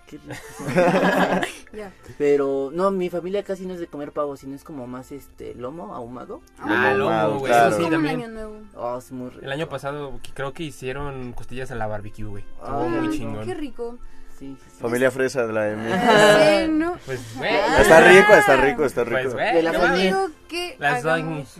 B: Qué rico.
D: Ya.
B: Pero no, mi familia casi no es de comer pavo, sino es como más este lomo ahumado.
C: Ah,
A: Lomo,
C: lomo, güey.
A: claro.
D: Es
C: Eso sí,
D: como un año
C: también.
D: nuevo.
B: Oh, es muy rico.
C: El año pasado que creo que hicieron costillas a la barbecue, güey. Estuvo
B: Ay,
C: Oh, muy
D: Mm,
C: chingón.
D: Qué rico.
B: Sí, sí, sí.
A: Familia fresa de la de mí.
D: Ya sé, ¿no?
C: Pues, güey.
D: Ah.
A: Está rico, está rico, está rico.
C: Pues, güey.
B: De la
C: no
D: Yo
B: familia.
C: mames.
D: digo que
C: Lasaña.
D: hagamos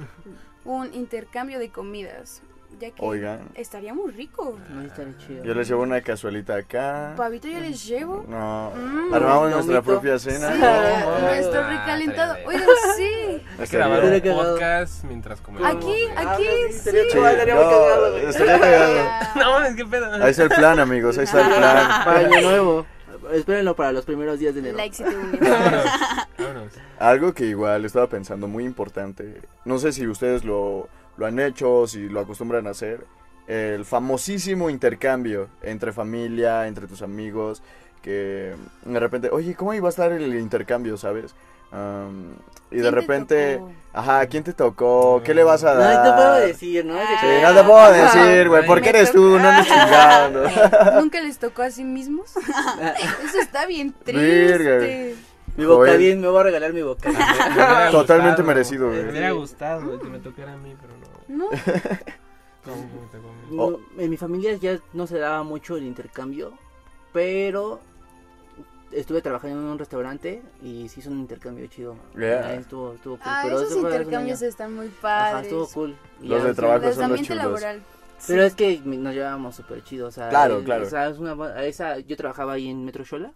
D: un intercambio de comidas, ya que
A: Oigan.
D: estaría muy rico.
B: No estaría chido.
A: Yo les llevo una cazuelita
B: Ah.
A: acá.
D: Pavito yo les llevo.
A: No,
D: Mm.
A: armamos nuestra
B: Lomito.
A: propia
D: Sí,
A: cena.
B: Ah,
D: nuestro
C: ah,
D: recalentado.
C: estaría
D: Oigan, sí.
C: Hay que
A: Estaría-
C: grabar un
B: Estaría cagado.
C: podcast mientras comemos.
D: Aquí,
C: güey.
D: aquí,
B: Ah,
D: sí.
A: Sí, no, estaría cagado.
C: No mames, qué pedo.
A: Ahí está el plan, amigos, ahí está el plan.
B: Para año nuevo. Espérenlo para los primeros días de enero.
D: La éxito
C: Vámonos. Vámonos.
A: Algo que igual estaba pensando, muy importante. No sé si ustedes lo, lo han hecho, o si lo acostumbran a hacer. El famosísimo intercambio entre familia, entre tus amigos. Que de repente, oye, ¿cómo iba a estar el intercambio, sabes? Am, y de repente, ajá, ¿quién te tocó? ¿Qué le vas a dar?
B: No te puedo decir, ¿no?
D: Sí,
A: Ah. Sí, no te puedo decir, güey,
C: Ay,
A: porque
D: me
A: eres tú, no andes chingando.
D: Eh, ¿Nunca les tocó a sí mismos? Eso está bien
A: Verga.
D: triste.
B: Ah, Mi boca
A: Joel.
B: bien, me voy a regalar mi boca.
C: Me hubiera
A: Totalmente
C: gustado.
A: merecido,
C: Me
A: güey.
C: hubiera gustado que me tocara a mí, pero no.
D: ¿No?
C: ¿Cómo me tocó a mí?
B: No,
A: Oh.
B: En mi familia ya no se daba mucho el intercambio, pero estuve trabajando en un restaurante y se hizo un intercambio chido.
A: Yeah.
B: Ahí Estuvo, estuvo cool.
D: Ah,
B: pero
D: esos
B: eso fue hace un
D: intercambios
B: año.
D: están muy
B: Ajá,
D: padres.
B: estuvo cool. Y
A: Los
B: ya
A: de
B: sí,
A: trabajo son
D: Los de
A: los
D: ambiente
A: chulos.
D: laboral.
B: Pero es que nos llevábamos súper chido, o sea,
A: Claro,
B: el-
A: claro.
B: o sea, es una ba- esa, yo trabajaba ahí en Metro Shola,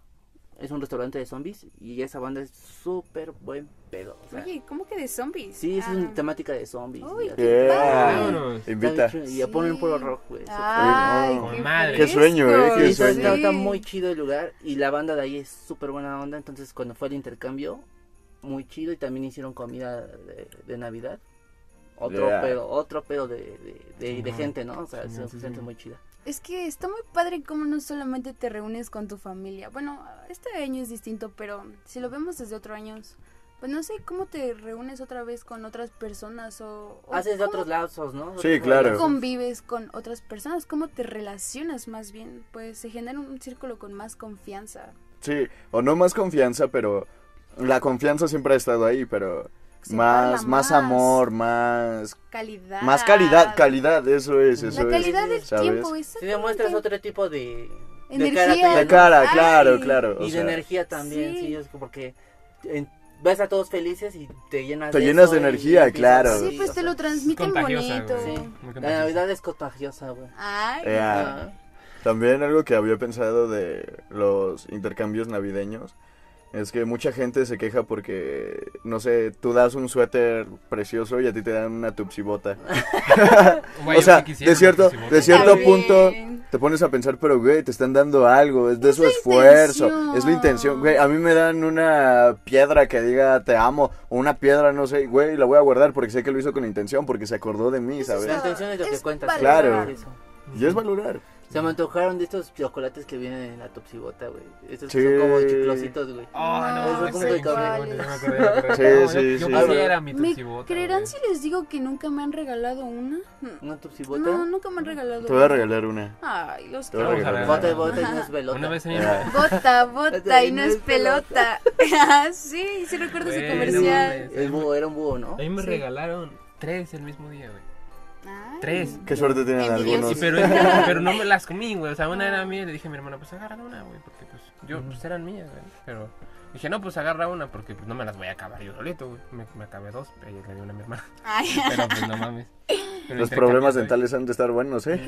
B: es un restaurante de zombies y esa banda es súper buen pedo. o sea,
D: Oye, ¿cómo que de zombies?
B: sí, es una
D: Ah.
B: temática de zombies.
D: Uy,
B: ya
D: qué
B: te-
A: Yeah.
C: Vámonos.
B: está bien
A: Invita.
B: chido, Y ya ponen puro rock, güey. súper
D: Ay,
A: Uy,
C: no.
D: qué,
C: Con madre.
A: Qué sueño, eh,
D: fresco.
A: qué
B: Sí,
A: sueño.
B: Está, está muy chido el lugar y la banda de ahí es súper buena onda. Entonces, cuando fue el intercambio, muy chido. Y también hicieron comida de, de Navidad. Otro
A: Yeah.
B: pedo, otro pedo de, de, de- de
C: Simón.
B: gente, ¿no? O sea,
C: Simón,
B: es
C: sí,
B: gente
C: Simón.
B: muy chida.
D: Es que está muy padre cómo no solamente te reúnes con tu familia. Bueno, este año es distinto, pero si lo vemos desde otro año, pues no sé cómo te reúnes otra vez con otras personas o, o
B: Haces
D: cómo
B: otros lazos, ¿no?
A: Sí,
B: Otros
A: claro.
B: lazos.
D: convives con otras personas, cómo te relacionas más bien. Pues se genera un círculo con más confianza.
A: Sí, o no más confianza, pero la confianza siempre ha estado ahí, pero
D: Se
A: más,
D: habla
A: más amor, más,
D: calidad,
A: más calidad, calidad, eso es, eso
D: la
A: es.
D: calidad del
A: ¿sabes?
D: tiempo.
B: Si
D: exactamente.
B: demuestras otro tipo de. De
D: Energía.
B: cara, también,
A: La
B: ¿no?
A: cara,
D: Ay.
A: claro, claro. o
B: Y de
A: sea,
B: energía también, sí,
D: Sí.
B: es como que. en- ves a todos felices y te llenas
A: Te llenas
B: eso
A: de
B: y
A: energía,
B: empiezas-
A: claro.
D: Sí, pues
B: o
D: te
B: sea,
D: lo transmiten
C: contagiosa,
D: bonito.
C: güey.
B: Sí.
C: Muy
B: La
C: contagiosa.
B: Navidad es contagiosa, güey.
D: Ay,
A: Eh, Ah.
B: Ah.
A: También algo que había pensado de los intercambios navideños es que mucha gente se queja porque, no sé, tú das un suéter precioso y a ti te dan una tupsibota.
C: Güey,
A: o
C: yo
A: sea,
C: sí quisiera
A: de cierto-
C: una tupsi
A: de
C: boca.
A: cierto
D: También.
A: punto, Te pones a pensar, pero güey, te están dando algo, es de
D: Es
A: su
D: la
A: esfuerzo,
D: intención.
A: es la intención, güey, a mí me dan una piedra que diga te amo, o una piedra, no sé, güey, la voy a guardar porque sé que lo hizo con intención, porque se acordó de mí,
D: Eso
A: ¿sabes?
B: La intención es lo que
D: Es
B: cuenta. sí,
A: Claro.
B: eso.
A: Y es valorar.
B: Se me antojaron de estos chocolates que vienen en la topsibota, güey. Estos
A: Sí.
B: son como chiclositos, güey.
C: Ah,
B: No,
C: no,
B: es
C: sí,
B: muy cabrón.
C: bueno, yo me acordé, yo me acordé.
A: Sí,
C: No,
A: sí,
C: yo,
A: sí.
C: Yo quisiera mi
D: ¿Me
C: tuxibota.
D: creerán si les digo que nunca me han regalado una?
B: ¿Una topsibota?
D: No, nunca me han regalado
A: Te voy a
D: una.
A: regalar una.
D: Ay, los
A: Te voy a
D: quiero.
A: regalar
B: Bota y
A: una.
B: bota y unas pelotas.
C: Una vez a mí
A: Ah.
C: me...
D: Bota, bota y no es pelota. Ah, sí, sí recuerdo ese
C: Güey, no
D: comercial.
C: mames.
B: El búho, era un búho, ¿no?
C: A mí me
D: Sí.
C: regalaron tres el mismo día, güey.
D: Ay.
C: Tres.
A: Qué suerte tienen
D: Envidiosos.
A: Mm, algunos.
C: Sí, pero, es- pero no me las comí, güey. O sea, una era mía y le dije a mi hermana, pues agarra una, güey. Porque pues yo, pues eran mías, güey. Pero dije, no, pues agarra una porque pues no me las voy a acabar yo solito, güey. Me, me acabé dos, pero yo le di una a mi hermana.
D: Ay.
C: Pero pues no mames. Pero
A: Los
C: intercambios,
A: problemas
C: güey.
A: dentales han de estar buenos, ¿eh?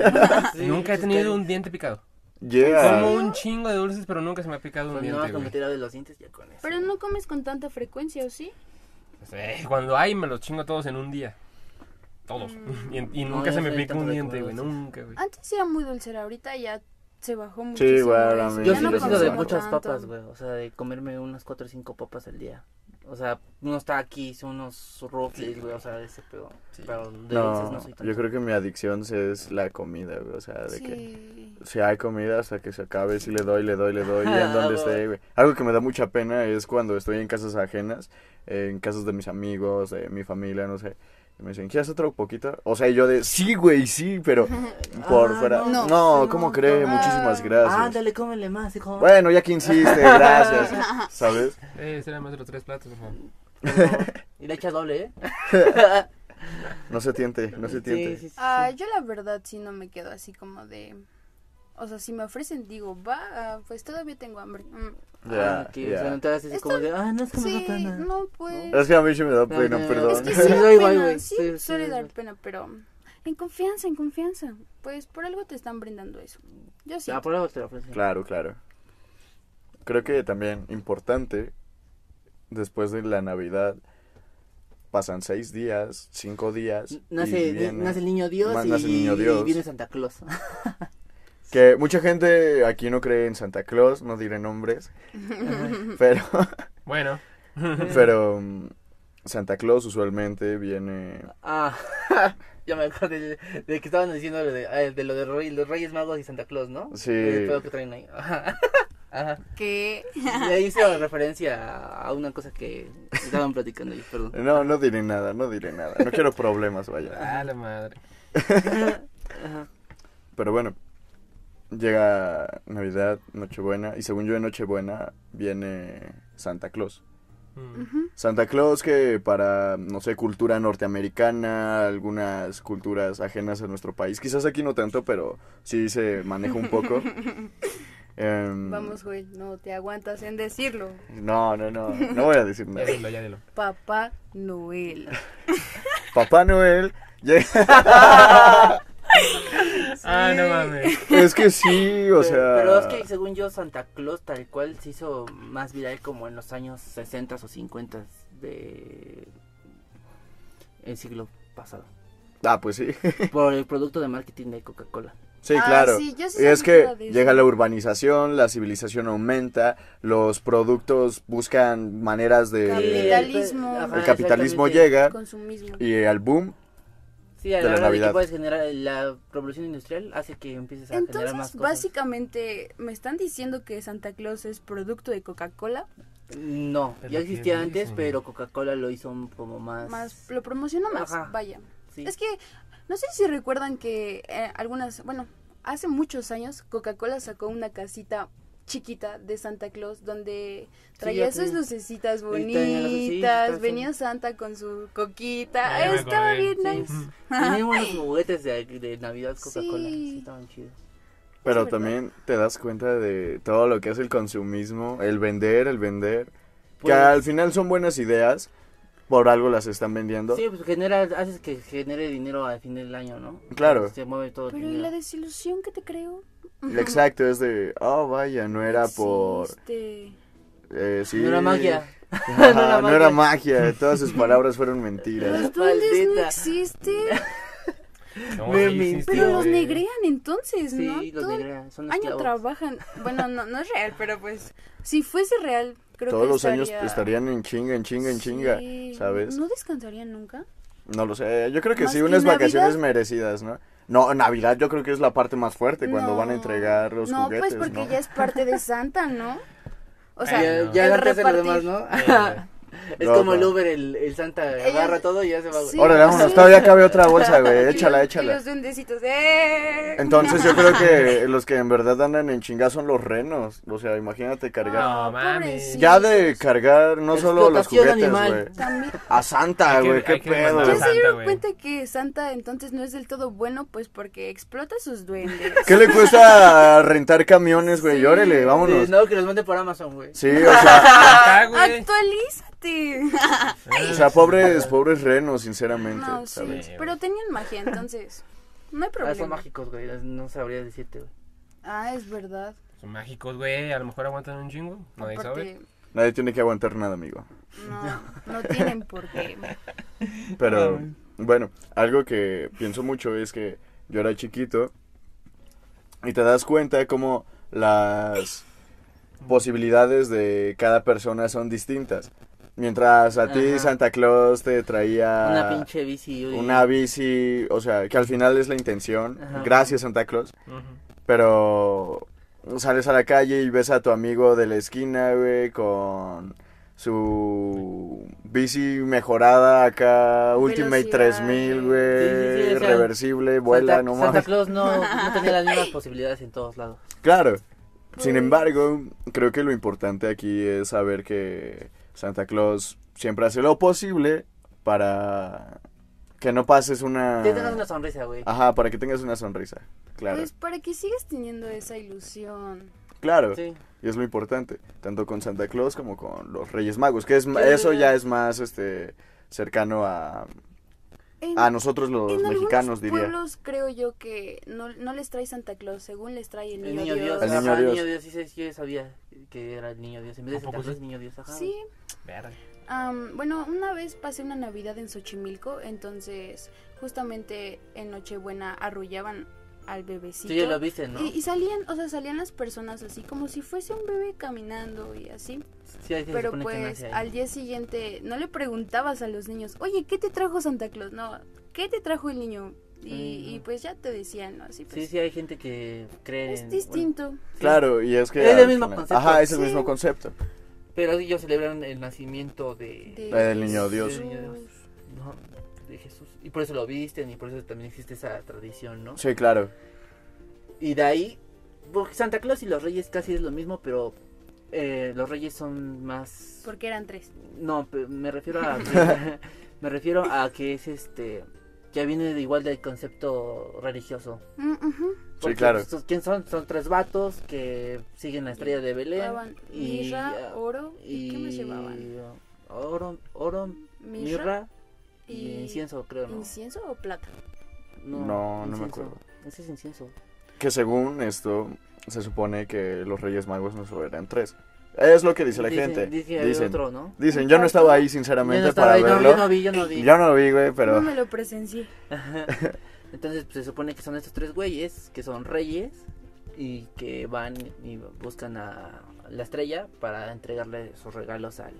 B: Sí,
C: Nunca he
B: sí,
C: tenido
B: está-
C: un diente picado. Como
A: Yeah.
C: un chingo de dulces, pero nunca se me ha picado un
B: Pues nada más
C: diente,
B: con
C: güey.
B: la tira de los dientes ya con eso.
D: Pero no comes con tanta frecuencia, ¿o sí?
C: Pues, eh, Cuando hay, me los chingo todos en un día. todos.
D: Mm.
C: Y, en- y
B: No,
C: nunca
B: yo
C: se me
B: soy
C: picó un
B: tanto de
C: diente, güey,
B: colores.
C: nunca, güey.
D: Antes era muy dulcera, ahorita ya se bajó mucho.
A: igual, a mí
B: Yo
A: Ya
B: sí
A: no
B: lo he sido de
A: consumo
B: muchas papas, güey. O sea, de comerme unas 4 o 5 papas al día. O sea, uno está aquí, son unos rufles, güey. O sea, de ese pedo. Pero de dulces
A: No,
B: no soy tanto.
A: yo creo que mi adicción es la comida, güey. O sea, de que
D: Sí.
A: si hay comida hasta que se acabe, si le doy, le doy, le doy, y
B: Ah,
A: en donde
B: güey.
A: esté, güey. Algo que me da mucha pena es cuando estoy en casas ajenas, eh, en casas de mis amigos, de mi familia, no sé. Y me dicen, ¿quieres otro poquito? O sea, y yo de, sí, güey, sí, pero por
B: Ah,
A: fuera.
D: no.
A: No,
D: No,
A: ¿cómo
D: no.
A: cree?
D: Ah.
A: Muchísimas gracias.
B: Ándale, cómele más, hijo.
A: Bueno, ya que insiste, gracias. ¿Sabes?
C: Eh, será más de los tres platos, por favor.
B: Y le echa doble, ¿eh?
A: No se tiente, no se tiente.
B: Sí, sí, sí.
D: Ah, yo la verdad sí no me quedo así como de... O sea, si me ofrecen, digo, va, ah, pues todavía tengo hambre. Mm,
A: Ya,
B: Ah, que,
A: ya.
B: O sea, no te hagas así como de, ah, no es que me
D: Sí,
B: da pena.
D: no, pues...
A: Es que a mí sí me da
B: No,
A: pena,
B: no, no.
A: perdón.
D: Es que
B: No,
D: sí, da
B: no,
D: pena,
B: igual, güey.
D: sí,
B: Sí, sí,
D: suele
B: es
D: dar
B: verdad.
D: pena, pero en confianza, en confianza. Pues por algo te están brindando eso. Yo sí.
B: Ah, por algo te lo ofrecen.
A: Claro, claro. Creo que también importante, después de la Navidad, pasan seis días, cinco días. y
B: Nace,
A: viene-
B: nace el niño Dios,
A: Ma-
B: y,
A: nace el niño Dios.
B: y viene Santa Claus.
A: Que mucha gente aquí no cree en Santa Claus, no diré nombres, pero,
C: Bueno,
A: pero mm, Santa Claus usualmente viene...
B: ah, ya me acuerdo de, de que estaban diciendo lo de, ah, de lo de rey- los Reyes Magos y Santa Claus, ¿no?
A: Sí.
B: El pedo que traen ahí. Ajá. Ajá.
D: Que
B: Y ahí hizo referencia a una cosa que estaban platicando ahí, perdón.
A: No, no diré nada, no diré nada. No quiero problemas, vaya.
C: a la madre.
B: Ajá.
A: Pero bueno, llega Navidad, Nochebuena, y según yo en Nochebuena viene Santa Claus.
C: Mm.
A: Santa Claus que para, no sé, cultura norteamericana, algunas culturas ajenas a nuestro país, quizás aquí no tanto, pero sí se maneja un poco. Em,
D: Vamos, güey, no te aguantas en decirlo.
A: No, no, no, no voy a decir
C: Ya
A: nada.
C: dilo, ya dilo.
D: Papá Noel.
A: Papá Noel llega-
C: Ah, no mames.
A: Es que sí, o
B: Pero-
A: sea...
B: Pero es que según yo, Santa Claus tal cual se hizo más viral como en los años 60 o 50 de el siglo pasado.
A: Ah, pues sí.
B: Por el producto de marketing de Coca-Cola.
A: Sí,
D: Ah,
A: claro.
D: sí, yo sí
A: y es que
D: sabía de eso.
A: llega la urbanización, la civilización aumenta, los productos buscan maneras de...
D: Capitalismo.
B: Eh,
D: Ah,
B: Ajá,
A: El capitalismo
B: exactamente.
A: llega
D: Consumismo.
A: y al boom
B: Sí, a
A: de
B: la,
A: la
B: hora de que
A: Navidad.
B: puedes generar la revolución industrial hace que empieces a generar más
D: Entonces,
B: cosas.
D: básicamente, ¿me están diciendo que Santa Claus es producto de Coca-Cola?
B: No,
C: Pero
B: ya
C: qué
B: existía antes,
C: dicen.
B: pero Coca-Cola lo hizo un- como más.
D: Más, lo promociono más,
B: Ah, Ajá.
D: vaya.
B: sí.
D: Es que, no sé si recuerdan que eh, algunas, bueno, hace muchos años Coca-Cola sacó una casita chiquita de Santa Claus donde traía
B: ya
D: esas
B: tenía. Y
D: lucecitas
B: tenía las
D: bonitas,
B: lucecitas,
D: venía
B: sí.
D: Santa con su coquita,
C: Ah, ya me
D: estaba
C: acordé,
D: bien
B: Sí.
D: nice.
B: Tenía unos juguetes de, de Navidad Coca-Cola.
D: Sí.
B: Sí, estaban chidos.
A: Pero
D: verdad.
A: también te das cuenta de todo lo que es el consumismo, el vender, el vender. que
B: Pues-
A: al final son buenas ideas, por algo las están vendiendo.
B: Sí, pues genera, haces que genere dinero al fin del año, ¿no?
A: Claro.
B: Se mueve todo el
D: Pero ¿y
B: dinero.
D: la desilusión que te creo?
A: Exacto, es de, oh vaya, no era por...
D: Existe.
A: eh, sí.
B: No era magia.
A: Ajá,
B: No era
A: no era
B: magia.
A: magia, todas sus palabras fueron mentiras.
D: Los duendes no
B: Maldita.
D: existen,
C: No,
B: Me
C: sí
B: mintió.
C: existe,
D: pero los
C: güey.
D: negrean entonces,
B: Sí,
D: Pues, ¿no?
B: los
D: Todo el
B: negrean, son
D: año
B: esclavos.
D: trabajan. Bueno, no, no es real, pero pues, si fuese real, creo
A: Todos
D: que
A: los años
D: estaría-
A: estarían en chinga, en chinga, en chinga,
D: Sí.
A: ¿sabes?
D: ¿No descansarían nunca?
A: No lo sé, yo creo que
D: Más
A: sí,
D: que
A: unas
D: Navidad.
A: vacaciones merecidas, ¿no? No, Navidad yo creo que es la parte más fuerte, cuando
D: No.
A: van a entregar los
D: No,
A: juguetes,
D: pues porque
A: ¿no?
D: ya es parte de Santa, ¿no? O sea,
C: Ay,
B: ya
C: no.
B: ya
D: el
B: la hacen los
D: repartir.
B: demás, ¿no?
C: Eh,
B: es
A: No,
B: como
A: no.
B: el Uber, el, el Santa agarra todo y ya se va. güey.
D: Sí.
A: Órale, vámonos,
D: sí.
A: todavía cabe otra bolsa, güey,
D: y
A: échala,
D: los- y
A: échala.
D: los duendecitos, ¡eh!
A: Entonces yo creo que los que en verdad andan en chinga son los renos. O sea, imagínate cargar.
C: No, mames.
D: pobrecito.
A: ya de cargar no solo los
B: Explotación
A: juguetes,
B: animal.
A: güey.
D: También.
A: A Santa,
C: Hay que-
A: güey, qué
C: hay que
A: pedo.
C: demandar
D: Ya
C: Pero
D: se dieron
C: Santa, güey.
D: cuenta que Santa entonces no es del todo bueno, pues porque explota a sus duendes.
A: ¿Qué le cuesta rentar camiones, güey?
D: Sí.
A: Llórele, vámonos.
B: Sí, no, que los mande por Amazon, güey.
A: Sí, o sea,
C: Acá, Ah, güey. Ah,
D: ¡Actualízate! Ah,
A: o sea, pobres, pobres renos, sinceramente,
D: No, sí.
A: ¿sabes?
D: Pero tenían magia, entonces. No hay
B: Ah, son
D: problema.
B: mágicos, güey. No sabría decirte, güey.
D: Ah, es verdad.
C: Son mágicos, güey. A lo mejor aguantan un chingo. Nadie sabe.
D: Aparte,
A: Nadie tiene que aguantar nada, amigo.
B: Ah,
D: no, no tienen por qué.
A: Pero Bueno, algo que pienso mucho es que yo era chiquito y te das cuenta como las posibilidades de cada persona son distintas. Mientras a ti
B: Ajá.
A: Santa Claus te traía
B: Una pinche bici. y-
A: Ah, una bici, o sea, que al final es la intención.
B: Ajá.
A: Gracias Santa Claus.
C: Ujú.
A: Pero sales a la calle y ves a tu amigo de la esquina, güey, con su bici mejorada acá, Ultimate
D: Velocidad,
A: 3000,
D: güey.
A: güey,
B: Sí, sí, sí, o sea,
A: reversible, vuela,
B: Santa,
A: no
B: Santa
A: mames.
B: Claus no, no tenía las mismas posibilidades en todos lados.
A: Claro.
D: Pues-
A: Sin embargo, creo que lo importante aquí es saber que Santa Claus siempre hace lo posible para que no pases una...
B: Te tengas una sonrisa, güey.
A: Ajá, para que tengas una sonrisa. Claro,
D: Pues para que sigas teniendo esa ilusión.
A: claro.
B: Sí.
A: Y es lo importante, tanto con Santa Claus como con los Reyes Magos, que es
B: Sí,
A: eso
B: sí.
A: ya es más este cercano a,
D: En-
A: a nosotros Ah, los
D: en
A: mexicanos,
D: algunos
A: diría.
D: pueblos creo yo que no, no les trae Santa Claus, según les trae el niño,
B: El niño Dios.
A: El
B: ajá,
A: niño Dios.
B: Sí, sí, sí, yo sabía que era el niño Dios. En vez de
C: ¿A poco
B: Santa Claus,
C: sí?
B: niño Dios. Ajá.
D: Sí,
C: Verga.
D: Am, bueno, una vez pasé una Navidad en Xochimilco, entonces justamente en Nochebuena arrullaban al bebecito.
B: Tú ya lo viste, ¿no?
D: y, y salían, o sea, salían las personas así como si fuese un bebé caminando y así.
B: Sí, ahí se
D: Pero
B: supone que
D: pues
B: nace ahí.
D: al día siguiente no le preguntabas a los niños, oye, ¿qué te trajo Santa Claus? No, ¿qué te trajo el niño? Y,
B: Mm.
D: y pues ya te decían, ¿no? Así
B: Sí, eh,
D: pues.
B: sí, hay gente que cree.
D: Es
B: en-
D: distinto.
A: Claro, y es que...
B: Es el
A: al
B: mismo concepto.
A: Ajá, es el
D: Sí.
A: mismo concepto.
B: bueno, pero ellos celebran el nacimiento de.
D: de
A: El niño Dios.
B: Del eh, niño Dios. ¿no? de Jesús. Y por eso lo visten y por eso también existe esa tradición, ¿no?
A: Sí, claro.
B: Y de ahí, porque Santa Claus y los Reyes casi es lo mismo, pero eh, los Reyes son más...
D: Porque eran tres.
B: No, pe- me refiero a... me refiero a que es este... Ya viene de igual del concepto religioso.
D: Mm, ujú.
B: Porque,
A: claro.
B: pues, ¿Quién son? Son tres vatos que siguen la estrella de Belén.
D: Llevaban
B: Y,
D: mirra,
B: ah,
D: oro, ¿y qué más
B: y,
D: llevaban?
B: uh, Oro, oro mirra y,
D: y-
B: incienso, creo, ¿no?
D: ¿Incienso o plata?
A: No, no me
B: incienso.
A: acuerdo.
B: Ese es incienso.
A: Que según esto, se supone que los Reyes Magos no solo eran tres. Es lo que dice la gente.
B: Dice que había
A: Dicen,
B: otro, ¿no?
A: dicen, yo no estaba ahí sinceramente
B: Yo no estaba
A: para
B: ahí, no,
A: verlo.
B: yo no vi, yo no vi.
A: Yo no lo vi, güey, pero...
D: No me lo presencié.
B: Ajá. Entonces pues, se supone que son estos tres güeyes que son reyes y que van y buscan a la estrella para entregarle sus regalos al,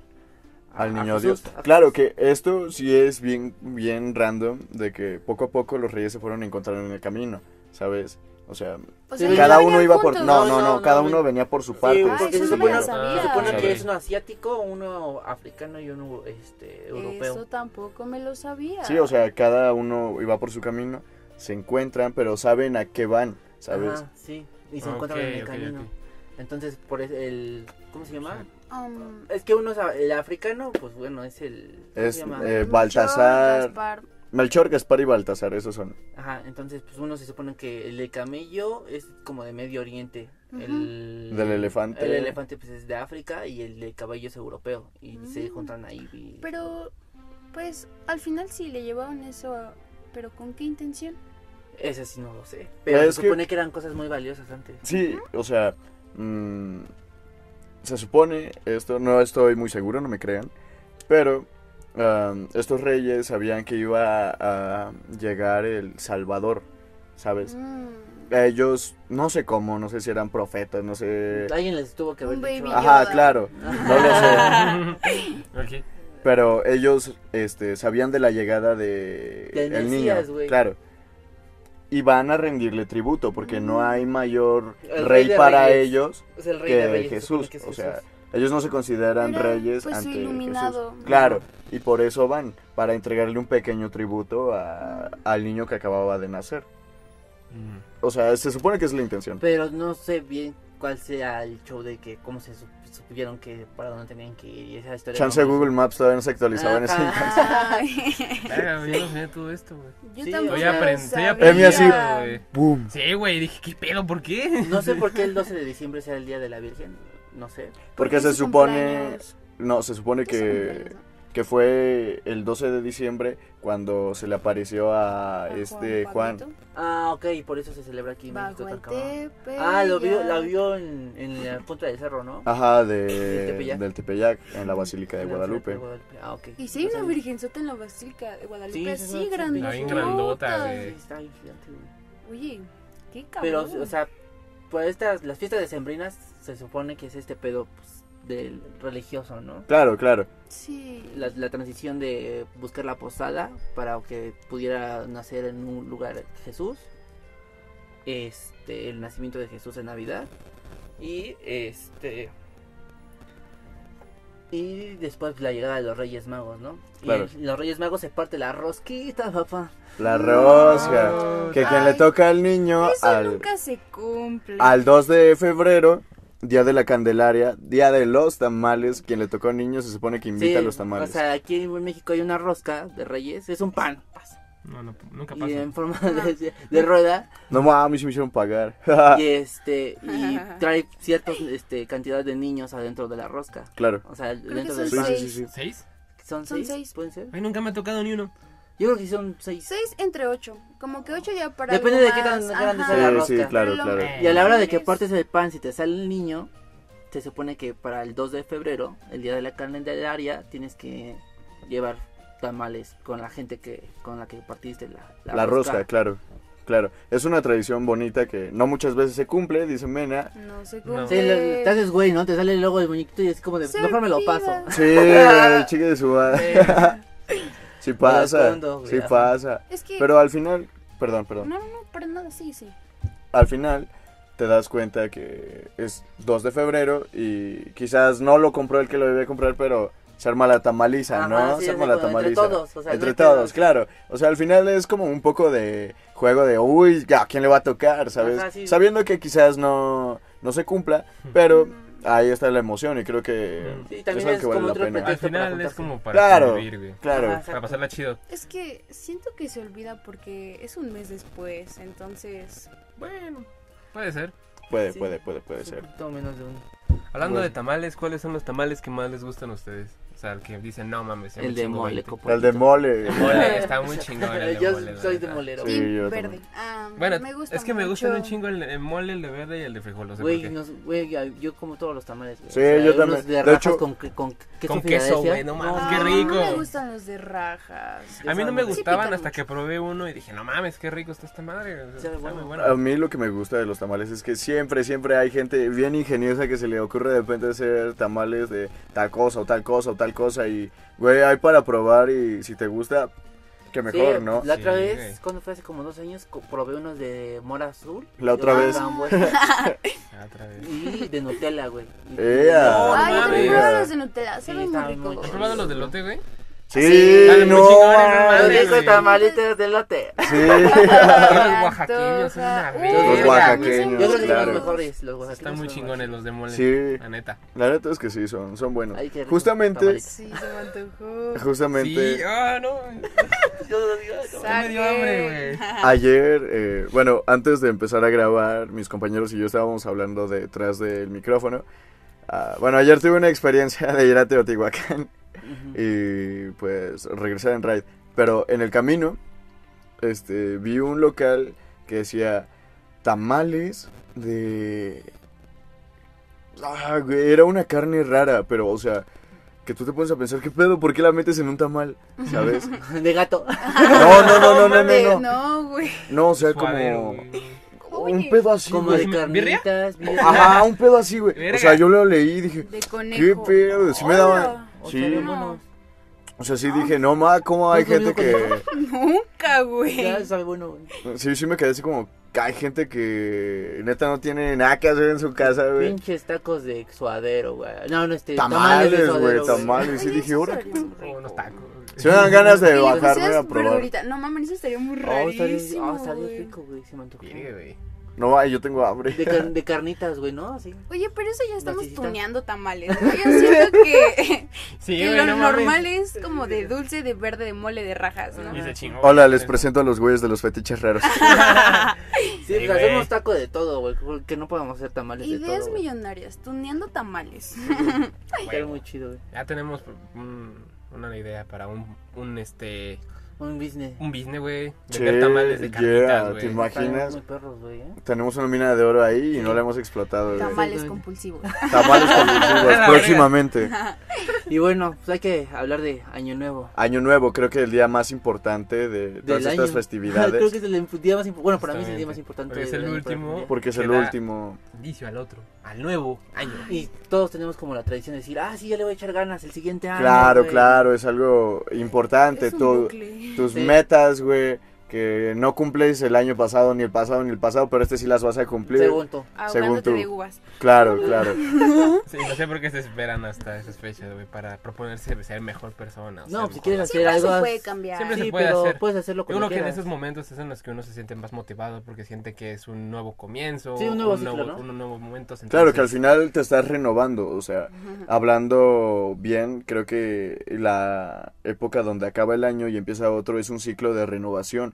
B: a-
A: Al
B: a
A: niño
B: Jesús,
A: Dios.
B: a
A: Claro
B: Jesús.
A: que esto sí es bien, bien random, de que poco a poco los reyes se fueron encontrando en el camino, ¿sabes? O sea,
D: O
B: Sí, Pero
A: cada
D: ya
A: uno
D: venían
A: iba por...
D: juntos.
A: No,
B: No,
A: no,
B: no,
A: no,
B: no,
A: cada
B: ven-
A: uno venía por su
B: Sí,
A: parte.
D: Ah,
B: porque
D: eso
B: se
D: no me
B: supone,
D: lo
B: se
D: sabía.
B: supone que
C: Sí.
B: es uno asiático, uno africano y uno este,
D: Eso
B: europeo.
D: tampoco me lo sabía.
A: Sí, o sea, cada uno iba por su camino, se encuentran, pero saben a qué van, ¿sabes?
B: Ajá, sí, y se
C: Ah,
B: encuentran
C: ok,
B: en el
C: ok,
B: camino.
C: ok.
B: Entonces, por es- el... ¿Cómo se llama?
A: eh,
D: Um,
B: Es que uno es a- el africano, pues bueno, es el... ¿cómo
A: Es,
B: se llama?
A: eh,
D: Melchor,
A: Baltasar-
D: Gaspar,
A: Melchor, Gaspar y Baltasar, esos son.
B: Ajá, entonces pues uno se supone que el de camello es como de Medio Oriente. El
A: Del elefante.
B: El elefante pues es de África y el de caballo es europeo. Y se
D: Mm.
B: juntan ahí. y-
D: Pero, pues, al final sí le llevaban eso, a- pero ¿con qué intención?
B: Ese sí no lo sé. Pero
A: Ah, Es
B: se
A: que-
B: supone que... eran cosas muy valiosas antes.
A: Sí, o sea, mm, se supone, esto no estoy muy seguro, no me crean, pero am, estos reyes sabían que iba a, a llegar el Salvador, ¿sabes?
D: Mm,
A: Ellos, no sé cómo, no sé si eran profetas, no sé...
B: Alguien les tuvo que haber
D: Un
B: dicho,
D: baby
B: "Ah,
A: Eh, Ajá,
D: Yoda.
A: claro, no lo sé.
C: Ok.
A: Pero ellos este, sabían de la llegada de
B: Del
A: el
B: Mesías,
A: niño,
B: güey.
A: claro. Y van a rendirle tributo, porque no hay mayor
B: El rey
A: rey
B: de
A: para
B: reyes.
A: ellos
B: es el rey
A: que
B: de reyes, se supone
A: Jesús,
B: que es
A: o sea,
B: Jesús".
A: ellos no se consideran
D: Era,
A: reyes
D: pues, su
A: ante
D: iluminado.
A: Jesús. Claro, y por eso van, para entregarle un pequeño tributo a- al niño que acababa de nacer.
C: Mm.
A: O sea, se supone que es la intención.
B: Pero no sé bien cuál sea el show de que cómo se sup- supieron que para dónde tenían que ir y esa historia.
A: Chance
B: famosa.
A: Google Maps todavía no se actualizaba en ese
B: Ajá.
A: entonces.
D: Ay,
C: Verga, güey, yo no sabía todo esto, güey.
D: yo
B: Sí,
D: tampoco
B: o
C: Estoy
B: sea,
D: lo
C: aprendiendo, estoy
D: sabía.
A: aprendiendo,
C: aprendiendo, güey.
A: ¡Boom!
C: Sí, güey, dije, ¿qué pedo? ¿Por qué?
B: No sé por qué el 12 de diciembre sea el día de la Virgen. No sé.
A: Porque
D: es
A: se
D: su
A: supone,
D: cumpleaños.
A: no, se supone
D: Es su
A: que
D: cumpleaños, ¿no?
A: que fue el 12 de diciembre cuando se le apareció a, este Juan.
B: Ah, ok, por eso se celebra aquí en México. Talcahuano.
D: Pablito,
B: Ah, lo vio,
D: Bagualtepe,
B: la vio en, en la punta del cerro, ¿no?
A: Ajá,
B: Del
A: de,
B: Tepeyac.
A: del Tepeyac, en la Basílica Ah, de
B: En la
A: Guadalupe.
B: Guadalupe. Ah, ok.
D: Y sí,
B: O sea,
D: una virgencota en la basílica de
B: Sí,
D: Guadalupe,
B: esa es
D: así
B: una
D: grandota.
B: virgen
C: grandota,
B: sí,
C: güey.
B: está bien gigante, güey.
D: Oye, qué cabrón.
B: Pero, o sea, pues estas, las fiestas decembrinas se supone que es este pedo pues, del religioso, ¿no?
A: Claro, claro.
D: sí.
B: La, la transición de buscar la posada para que pudiera nacer en un lugar Jesús, este, el nacimiento de Jesús en Navidad y este y después la llegada de los Reyes Magos, ¿no?
A: Claro.
B: Y en los Reyes Magos se parte la rosquita, papá.
A: La
D: No.
A: rosca. Que quien le
D: Ay.
A: toca al niño
D: Eso
A: al,
D: nunca se cumple.
A: al 2 de febrero, día de la Candelaria, día de los tamales, quien le tocó al niño se supone que invita a los tamales.
B: O sea, aquí en México hay una rosca de reyes, es un pan.
C: No, no, nunca
B: Y
C: pasa.
B: en forma de, de rueda.
A: No mames, me hicieron pagar.
B: Y este y trae cierta este, cantidad de niños adentro de la rosca.
A: claro.
B: O sea, dentro
D: son
B: del
A: Sí,
B: pan.
A: sí, sí, sí.
C: ¿Seis?
B: ¿Son,
D: Son
B: seis,
D: seis.
B: ¿Pueden ser?
C: Ay, nunca me ha tocado ni uno.
B: Yo creo que son seis.
D: 6 entre 8. Como que 8 ya para.
B: Depende
D: algo
B: de qué tan
D: más,
B: grande
D: ajá.
B: sea la
A: Sí,
B: rosca.
A: sí, claro,
D: Pero
A: claro.
D: lo-
B: Y a la hora de que
D: Tres.
B: partes el pan, si te sale el niño, se supone que para el 2 de febrero, el día de la candelaria, tienes que llevar tamales con la gente que con la que partiste la,
A: La, rosca, claro. Claro. Es una tradición bonita que no muchas veces se cumple, dice Mena.
D: No se
C: No.
B: Sí, le-
D: cumple.
B: te haces güey, ¿no? Te sale el logo del muñequito y es como de,
D: Se
B: mejor me lo
D: olvida.
B: paso.
A: Sí, el chique de su madre. Sí pasa.
B: escondo, güey,
A: Sí
B: ajá.
A: pasa.
D: Es que.
A: Pero al final, perdón, perdón.
D: No, no, no, para nada, sí, sí.
A: al final te das cuenta que es 2 de febrero y quizás no lo compró el que lo debía comprar, pero se arma la tamaliza,
B: Ajá,
A: ¿no?
B: sí,
A: se
B: es
A: arma
B: como
A: la tamaliza.
B: Entre todos, o sea, no
A: Entre
B: hay pedo.
A: todos, claro. O sea, al final es como un poco de juego de, uy, ¿a quién le va a tocar? ¿Sabes?
B: Ajá, sí.
A: Sabiendo que quizás no, no se cumpla, pero
D: Mm.
A: ahí está la emoción y creo que
C: Mm.
B: Sí,
A: es
B: también
A: algo
B: es
A: que vale
B: como
A: la
B: otro
A: pena.
C: Al
B: pretexto para
C: final es
B: juntarse.
C: como para
A: Claro.
C: convivir, güey.
A: Claro,
B: Ajá,
C: Para pasarla chido.
D: Es que siento que se olvida porque es un mes después, entonces.
C: Bueno, puede ser.
A: puede,
B: Sí.
A: puede, puede, puede
B: Sí,
A: ser.
B: un poquito menos de un-
C: Hablando
B: Bueno.
C: de tamales, ¿cuáles son los tamales que más les gustan a ustedes? O sea, el que dicen, no mames, se me
B: El de
C: chingó
B: mole,
C: veinte".
B: copo.
A: El de mole.
C: Mole, está muy chingón el de
B: Yo
C: mole, la
B: soy de
C: neta.
B: molero.
A: Sí,
D: Team
A: yo
D: verde.
A: también.
D: Ah,
C: Bueno,
D: me gusta
C: es que me
D: mucho.
C: gustan un chingo el, el mole, el de verde y el de frijol, no sé
B: Güey,
C: por qué.
B: nos- güey, yo como todos los tamales. güey.
A: Sí,
B: hay
A: yo
B: unos
A: también.
B: De,
A: De
B: rajas
A: hecho-
B: con, que- con queso
C: Con queso,
B: Filadelfia.
C: güey, no mames,
D: Ah,
C: qué rico.
D: No me gustan los de rajas.
C: A mí no me
B: Sí,
C: gustaban
D: pican
C: hasta
D: mucho.
C: que probé uno y dije, no mames, qué rico está esta madre. güey.
B: Sabe
C: Está
B: bueno.
C: muy
A: A
C: bueno.
A: mí lo que me gusta de los tamales es que siempre, siempre hay gente bien ingeniosa que se le ocurre de repente hacer tamales de tal cosa o tal cosa o tal cosa y, güey, hay para probar y si te gusta, que mejor,
B: Sí,
A: ¿no?
B: La otra
C: Sí,
B: vez,
C: güey.
B: cuando fue hace como dos años, co- probé unos de mora azul.
A: La otra
B: Y
A: vez.
B: estaban buenos.
C: Ah, otra vez.
B: Y de Nutella, güey. Y-
A: ¡Ea!
B: No,
D: Ay, yo también
A: mames.
D: probé los de Nutella,
B: Sí,
D: saben muy
B: saben muy
D: ricos.
C: ¿Has probado los de lote, güey?
A: Sí,
D: Sí.
C: Dale,
A: no.
B: pues,
C: muy chingones, no
B: Los
C: mames.
A: mames.
B: ricos tamalitos de lote.
A: Sí.
C: Los oaxaqueños son una
D: Uy,
C: verga.
A: Los oaxaqueños,
B: Yo creo que son
A: claro.
B: los mejores. Los oaxaqueños
C: Están muy
B: son
C: chingones los de mole,
A: Sí.
C: la neta.
A: La neta es que sí, son, son buenos.
B: Ay, qué rico,
A: Justamente,
B: tamalitos.
D: Sí, se me antojó.
A: justamente,
C: Sí, ah, no.
B: los mejores. Yo lo digo, ay, no.
C: Ya me dio hambre, güey.
A: ayer, eh, bueno, antes de empezar a grabar, mis compañeros y yo estábamos hablando detrás del micrófono. Ah, bueno, ayer tuve una experiencia de ir a Teotihuacán.
B: Ujú.
A: y pues regresar en ride. Pero en el camino, este, vi un local que decía tamales de... Ah, güey, era una carne rara, pero o sea, que tú te pones a pensar, ¿qué pedo? ¿Por qué la metes en un tamal? ¿Sabes?
B: De gato.
A: No, no, no, no, no,
D: mames,
A: no, no.
D: No, güey.
A: No, o sea,
C: Suadero,
A: como...
C: güey.
A: Un pedo así,
B: Como
A: güey.
B: de
C: ¿Birria?
B: carnitas. birria.
A: Ajá, un pedo así, güey. O
C: Verga.
A: sea, yo lo leí y dije,
D: De
A: ¿qué
D: conejo.
A: pedo? Sí me daba...
B: O sea,
A: Sí,
B: eran buenos.
A: o sea,
C: Ah.
A: sí dije, no, ma, ¿cómo hay
B: ¿No has
A: gente
B: comido
A: que...
D: Nunca, güey.
B: Ya sabe bueno, güey.
A: Sí, sí me quedé así como que hay gente que neta no tiene nada que hacer en su casa, güey.
B: Pinches tacos de suadero, güey. No, no, este.
A: Tamales,
B: suadero,
A: güey, tamales. Y
D: Oye,
A: dije,
D: eso
A: ahora
D: estaría muy
C: Como
D: rico. pues,
C: unos tacos. güey.
A: se me dan ganas
D: Que
A: de
D: le
A: bajarme
D: pusieras
A: a probar.
D: verdurita. No mames, eso estaría muy
B: Oh, estaría,
D: rarísimo.
B: oh, estaría
D: güey.
B: rico, güey. Se me antojó.
C: Verga, güey.
A: No, ay, yo tengo hambre.
B: De, car- de carnitas, güey, ¿no? Así.
D: Oye, pero eso ya estamos
B: Necesitas-
D: tuneando tamales. ¿no? Yo siento que,
C: Sí,
D: que
C: güey,
D: lo
C: no mames.
D: normal es como de dulce, de verde, de mole, de rajas, ¿no?
C: Y se chingó.
A: Hola, les presento a los güeyes de los fetiches raros.
B: Sí,
C: Sí,
B: pues hacemos
C: güey.
B: taco de todo, güey. Que no podemos hacer tamales de
D: Ideas
B: todo. güey.
D: millonarias, tuneando tamales.
B: Estaría muy chido, güey.
C: Ya tenemos mm, un, una idea para un, un este,
B: Un business.
C: un business, güey.
A: Che,
C: Vender tamales de
A: yeah,
C: carnitas,
A: te
C: güey.
A: imag-
B: Están
A: imaginas?
B: Muy perros, güey, ¿eh?
A: Tenemos una mina de oro ahí y no la hemos explotado. güey.
B: Tamal.
E: Tamales
B: Sí,
E: compulsivos.
A: Tamales convulsivos, próximamente.
B: Y bueno, pues hay que hablar de Año Nuevo.
A: Año Nuevo, creo que el día más importante de todas
B: Del
A: estas
B: año. Creo que
A: festividades.
B: es el em, día más importante. Bueno, para mí es el día
C: Justamente.
B: más importante.
C: Porque es
B: del
C: el
B: año para
C: último.
B: mí. ¿eh?
A: Porque es el
C: Queda-
A: último.
C: Inicio al otro, al nuevo año.
B: Y todos tenemos como la tradición de decir, ah, sí, ya le voy a echar ganas el siguiente año.
A: Claro,
B: güey".
A: claro, es algo importante.
E: Ah, Es un
A: Tú-
E: bucle.
A: tus
B: Sí.
A: metas, güey, que no cumples el año pasado, ni el pasado, ni el pasado, pero este sí las vas a cumplir.
B: Segundo.
A: según tú.
E: Ahogándote de uvas.
A: Claro, claro.
C: Sí, no sé por qué se esperan hasta esas fechas, güey, para proponerse ser mejor persona.
B: No,
C: o ser
B: si
C: mejor.
B: quieres hacer
E: Siempre
B: algo.
E: se
B: haz-
E: puede cambiar.
C: Siempre
B: sí,
C: se puede
B: pero
C: hacer.
B: puedes hacerlo
C: Yo
B: como
C: creo que en
B: quieras.
C: esos momentos es en los que uno se siente más motivado porque siente que es un nuevo comienzo,
B: Sí, un nuevo ciclo,
C: nuevo,
B: ¿no?
C: un nuevo momento.
A: Claro que al
C: entonces-
A: final te estás renovando, o sea, hablando bien, creo que la época donde acaba el año y empieza otro es un ciclo de renovación,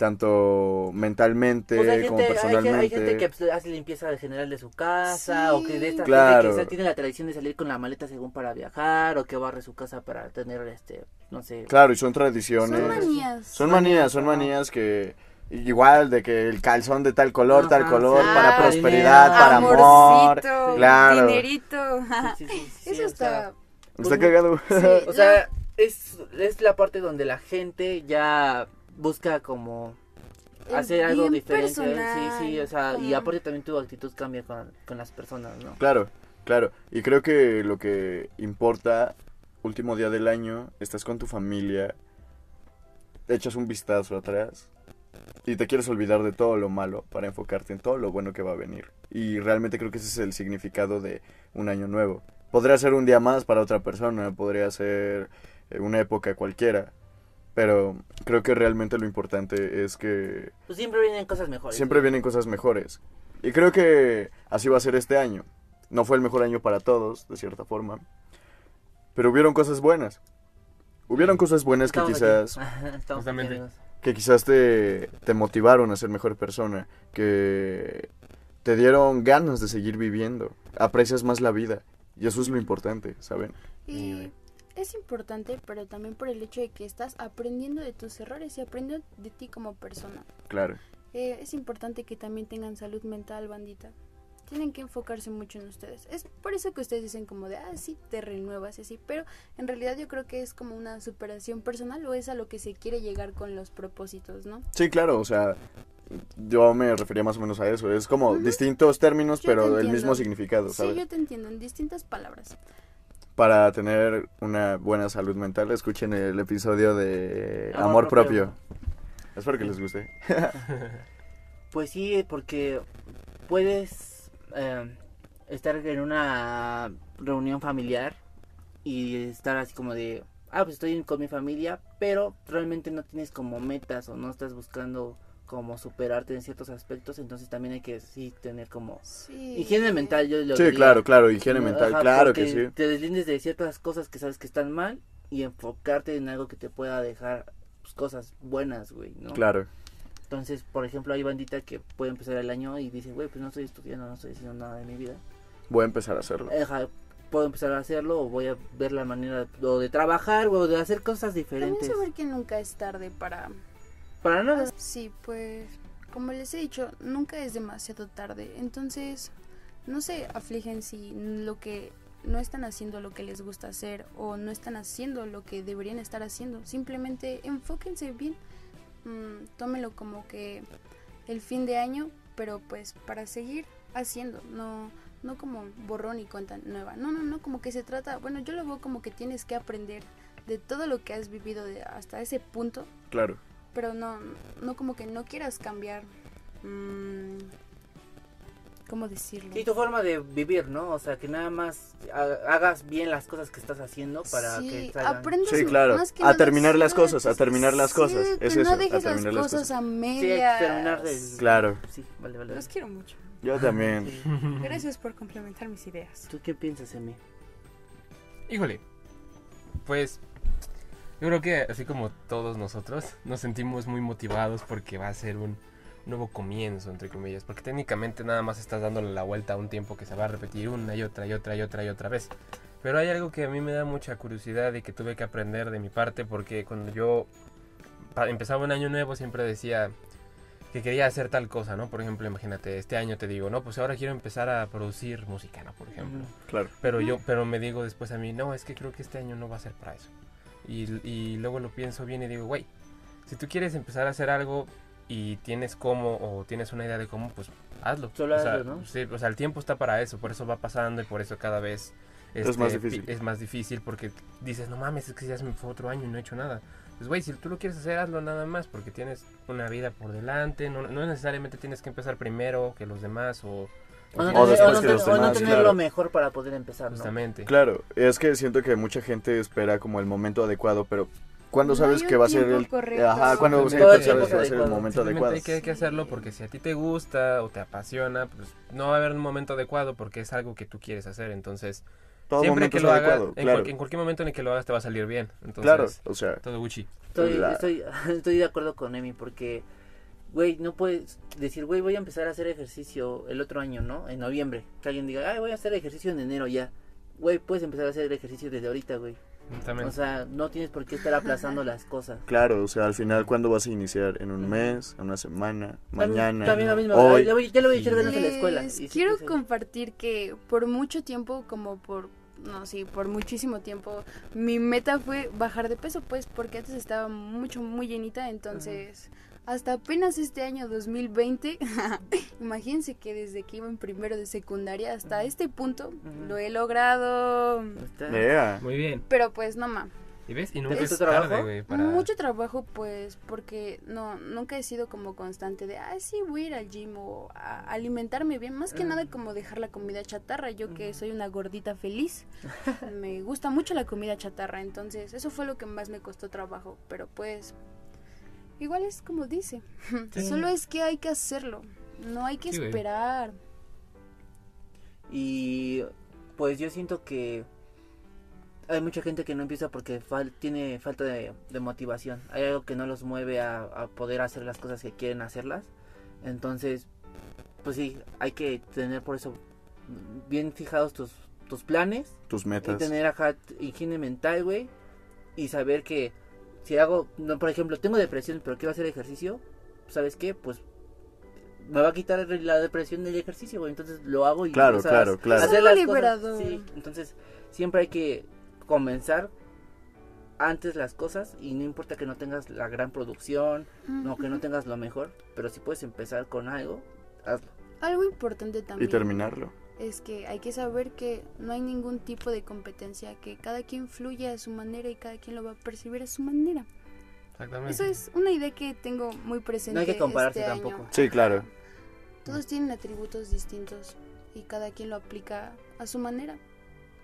A: tanto mentalmente
B: Pues hay
A: este, como
B: gente, hay gente- hay
A: personalmente.
B: gente que pues, hace limpieza de general de su casa, o que de esta
A: Claro.
B: gente que tiene la tradición de salir con la maleta según para viajar, o que barre su casa para tener, este, no sé.
A: Claro, y son tradiciones.
D: Son manías.
A: Son manías, son
B: Ajá.
A: manías que igual de que el calzón de tal color, tal
B: Ajá,
A: color,
E: sí.
A: para
E: Ah,
A: prosperidad,
B: dinero.
A: para amor.
E: Amorcito,
A: claro.
E: dinerito.
B: Sí, sí, sí, sí,
D: Eso
B: o
D: está.
A: Está cagado.
B: sea, O sea, es, es la parte donde la gente ya busca como
D: El
B: hacer algo
D: bien
B: diferente.
D: personal.
B: Sí, sí, o sea, y
D: Ajá.
B: aparte también tu actitud cambia con, con las personas, ¿no?
A: Claro, claro. Y creo que lo que importa, último día del año, estás con tu familia, te echas un vistazo atrás y te quieres olvidar de todo lo malo para enfocarte en todo lo bueno que va a venir. Y realmente creo que ese es el significado de un año nuevo. Podría ser un día más para otra persona, podría ser eh, una época cualquiera, pero creo que realmente lo importante es que
B: Pues siempre vienen cosas mejores.
A: Siempre vienen cosas mejores. Y creo que así va a ser este año. No fue el mejor año para todos, de cierta forma. Pero hubieron cosas buenas. Hubieron cosas buenas que
B: Estamos
A: quizás,
B: aquí. Estamos
C: Justamente.
B: aquí, amigos.
A: que quizás te, te motivaron a ser mejor persona, que te dieron ganas de seguir viviendo. Aprecias más la vida. Y eso es lo importante, ¿saben?
D: Y es importante, pero también por el hecho de que estás aprendiendo de tus errores y aprendiendo de ti como persona.
A: Claro.
D: Eh, es importante que también tengan salud mental, bandita. Tienen que enfocarse mucho en ustedes. Es por eso que ustedes dicen como de, ah, sí, te renuevas y así. Pero en realidad yo creo que es como una superación personal o es a lo que se quiere llegar con los propósitos, ¿no?
A: Sí, claro, o sea, yo me refería más o menos a eso. Es como distintos términos,
D: Yo te
A: pero el
D: entiendo.
A: mismo significado, ¿sabes?
D: Sí, yo te entiendo en distintas palabras.
A: para tener una buena salud mental, escuchen el episodio de
B: Amor
A: Amor,
B: propio.
A: propio. Espero que les guste.
B: Pues sí, porque puedes eh, estar en una reunión familiar y estar así como de, ah, pues estoy con mi familia, pero realmente no tienes como metas o no estás buscando como superarte en ciertos aspectos, entonces también hay que sí tener como
D: Sí.
B: higiene mental, yo lo
A: Sí,
B: diría.
A: claro, claro, higiene mental,
B: Ajá,
A: claro
B: porque
A: que sí.
B: Te deslindes de ciertas cosas que sabes que están mal y enfocarte en algo que te pueda dejar pues, cosas buenas, güey, ¿no?
A: Claro,
B: Entonces, por ejemplo, hay bandita que puede empezar el año y dice, güey, pues no estoy estudiando, no estoy haciendo nada de mi vida.
A: voy a empezar a hacerlo.
B: Ajá, puedo empezar a hacerlo o voy a ver la manera de, o de trabajar o de hacer cosas
D: También
B: diferentes.
D: saber que nunca es tarde para
B: Para nada.
D: Ah, Sí, pues como les he dicho, nunca es demasiado tarde. Entonces, no se afligen si lo que no están haciendo lo que les gusta hacer o no están haciendo lo que deberían estar haciendo. Simplemente enfóquense bien. Mm, tómenlo como que el fin de año, pero pues para seguir haciendo, no no como borrón y cuenta nueva. No, no, no, como que se trata, bueno, yo lo veo como que tienes que aprender de todo lo que has vivido de- hasta ese punto
A: Claro,
D: pero no, no como que no quieras cambiar. mm, ¿Cómo decirlo?
B: Y tu forma de vivir, ¿no? O sea, que nada más ha- hagas bien las cosas que estás haciendo para
D: Sí,
B: que salgan.
D: aprendes
A: Sí, claro.
D: más que
A: A
D: nada-
A: terminar las
D: nada-
A: cosas, a terminar las cosas.
D: Sí,
A: Es
D: pero
A: eso,
D: no
A: a
D: dejes las
A: terminar
D: cosas,
A: las cosas.
D: a
B: Sí, hay
D: medias.
B: que terminar de...
A: claro.
B: Sí, vale, vale.
E: Los
B: vale.
E: quiero mucho.
A: Yo también.
E: Gracias por complementar mis ideas.
B: ¿Tú qué piensas en mí?
C: Híjole, pues yo creo que así como todos nosotros nos sentimos muy motivados porque va a ser un nuevo comienzo, entre comillas, porque técnicamente nada más estás dándole la vuelta a un tiempo que se va a repetir una y otra y otra y otra y otra vez. Pero hay algo que a mí me da mucha curiosidad y que tuve que aprender de mi parte porque cuando yo pa- empezaba un año nuevo siempre decía que quería hacer tal cosa, ¿no? Por ejemplo, imagínate, este año te digo, no, pues ahora quiero empezar a producir música, ¿no? Por ejemplo.
A: Claro.
C: Pero yo, pero me digo después a mí, no, es que creo que este año no va a ser para eso. Y, y luego lo pienso bien y digo, güey, si tú quieres empezar a hacer algo y tienes cómo o tienes una idea de cómo, pues hazlo.
B: Solo
C: o sea,
B: hazlo, ¿no?
C: Sí, o sea, el tiempo está para eso, por eso va pasando y por eso cada vez este,
A: Es más
C: pi-
A: difícil.
C: Es más difícil porque dices, no mames, es que ya se me fue otro año y no he hecho nada. Pues güey, si tú lo quieres hacer, hazlo nada más porque tienes una vida por delante, no, no necesariamente tienes que empezar primero que los demás o...
B: O no,
A: O
B: tener, o
A: después
B: no
A: que
B: te-
A: los
B: o no
A: demás,
B: tener
A: claro.
B: lo mejor para poder empezar, ¿no?
C: Justamente.
A: Claro, es que siento que mucha gente espera como el momento adecuado, pero ¿cuándo
E: No
A: sabes
E: hay
A: que
E: un
A: va a ser
E: tiempo
A: el
E: correcto.
A: Ajá, ¿cuándo
C: Todo el
A: sabes
C: tiempo
A: que va a ser el
B: adecuado.
A: momento
C: Simplemente
A: adecuado?
C: hay que, hay que hacerlo porque si a ti te gusta o te apasiona, pues no va a haber un momento adecuado porque es algo que tú quieres hacer. Entonces,
A: Todo
C: siempre
A: momento
C: que
A: es
C: lo hagas,
A: adecuado,
C: en,
A: claro.
C: cualquier- en cualquier momento en el que lo hagas te va a salir bien. Entonces,
A: Claro, o sea,
C: todo Gucci.
B: Estoy,
A: La-
B: estoy, estoy de acuerdo con Emi porque, güey, no puedes decir, güey, voy a empezar a hacer ejercicio el otro año, ¿no? En noviembre. Que alguien diga, ay, voy a hacer ejercicio en enero ya. Güey, puedes empezar a hacer ejercicio desde ahorita, güey.
C: También.
B: O sea, no tienes por qué estar aplazando las cosas.
A: claro, o sea, al final ¿cuándo vas a iniciar? ¿En un mes? ¿En una semana? ¿Mañana?
B: También lo mismo.
A: hoy.
B: ay, ya, voy, ya le voy a echar
C: Sí.
B: ganas a la escuela. Y
D: Les
B: sí,
D: quiero
B: sí, sí.
D: compartir que por mucho tiempo, como por, no, sí, por muchísimo tiempo, mi meta fue bajar de peso, pues, porque antes estaba mucho, muy llenita, entonces, hasta apenas este año 2020, imagínense que desde que iba en primero de secundaria hasta este punto,
B: Ujú.
D: lo he logrado,
B: Está-
A: Yeah.
C: Muy bien.
D: pero pues, no más.
C: ¿Y ves? Y nunca
B: costó
C: es
B: trabajo?
C: tarde, güey. Para...
D: Mucho trabajo, pues, porque no, nunca he sido como constante de, ah, sí, voy a ir al gym o a alimentarme bien. Más que
B: Ah.
D: nada como dejar la comida chatarra. Yo que
B: Ujú.
D: soy una gordita feliz, me gusta mucho la comida chatarra. Entonces, eso fue lo que más me costó trabajo. Pero pues, igual es como dice.
B: Sí.
D: Solo es que hay que hacerlo. No hay que
C: Sí, güey.
D: esperar.
B: Y pues yo siento que hay mucha gente que no empieza porque fal- tiene falta de, de motivación. Hay algo que no los mueve a, a poder hacer las cosas que quieren hacerlas. Entonces, pues sí, hay que tener por eso bien fijados tus, tus planes
A: Tus
B: y
A: metas.
B: tener ajá, t- higiene mental, güey. Y saber que si hago, no, por ejemplo, tengo depresión, pero quiero hacer ejercicio, ¿sabes qué? Pues me va a quitar la depresión del ejercicio, güey. Entonces lo hago y
A: Claro,
B: empiezas
A: claro,
B: a
A: claro.
D: Es algo
B: cosas-
D: liberador.
B: sí, entonces siempre hay que comenzar antes las cosas y no importa que no tengas la gran producción, no que no tengas lo mejor, pero si puedes empezar con algo, hazlo.
D: Algo importante
A: Y
D: también.
A: terminarlo.
D: es que hay que saber que no hay ningún tipo de competencia, que cada quien fluye a su manera y cada quien lo va a percibir a su manera.
C: Exactamente.
D: Eso es una idea que tengo muy presente.
B: No hay que compararse
D: este
B: tampoco.
D: año.
A: Sí, claro.
D: Todos tienen atributos distintos y cada quien lo aplica a su manera.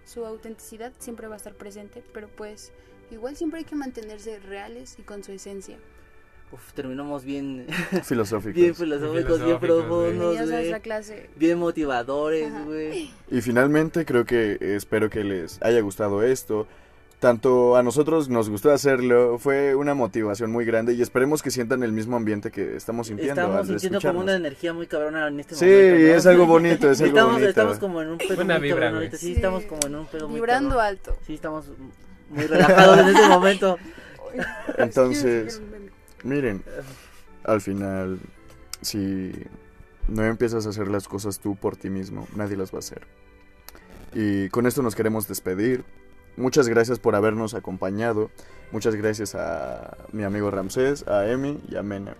D: Su autenticidad siempre va a estar presente, pero pues igual siempre hay que mantenerse reales y con su esencia.
B: Uf, terminamos bien,
A: Filosóficos.
B: bien filosóficos, bien
C: Filosóficos, güey.
B: profundos,
D: ya sabes
B: güey,
D: la clase.
B: bien motivadores,
D: Ajá.
B: güey.
A: Y finalmente creo que espero que les haya gustado esto. Tanto a nosotros nos gustó hacerlo, fue una motivación muy grande y esperemos que sientan el mismo ambiente que estamos sintiendo.
B: Estamos
A: al
B: sintiendo como
A: escucharnos.
B: una energía muy cabrona en este
A: Sí,
B: momento. ¿no?
A: es algo bonito, es algo
B: estamos,
A: bonito.
B: Estamos como en un pedo
C: Buena
B: muy
C: vibra,
B: cabrón
C: güey.
B: ahorita, sí,
D: Sí.
B: estamos como en un pedo muy
D: Vibrando
B: cabrón.
D: alto.
B: Sí, estamos muy relajados en este momento.
A: Entonces, miren, al final, si no empiezas a hacer las cosas tú por ti mismo, nadie las va a hacer. Y con esto nos queremos despedir. Muchas gracias por habernos acompañado. Muchas gracias a mi amigo Ramsés, a Emi y a Mena.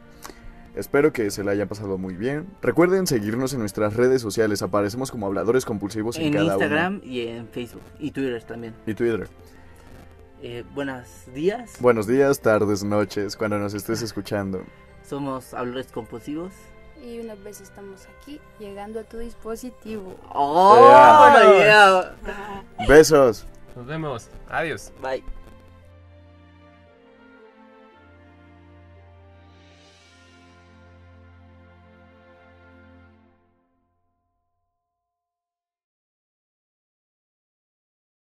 A: Espero que se la haya pasado muy bien. Recuerden seguirnos en nuestras redes sociales. Aparecemos como habladores compulsivos en,
B: En
A: cada
B: Instagram y en Facebook y Twitter también.
A: uno. Y Twitter.
B: Eh, buenos días.
A: Buenos días, tardes, noches, cuando nos estés escuchando.
B: Somos habladores compulsivos.
D: Y una vez estamos aquí, llegando a tu dispositivo.
B: ¡Oh!
A: Yeah.
B: buena idea.
A: Besos.
C: Nos vemos. Adiós.
B: Bye.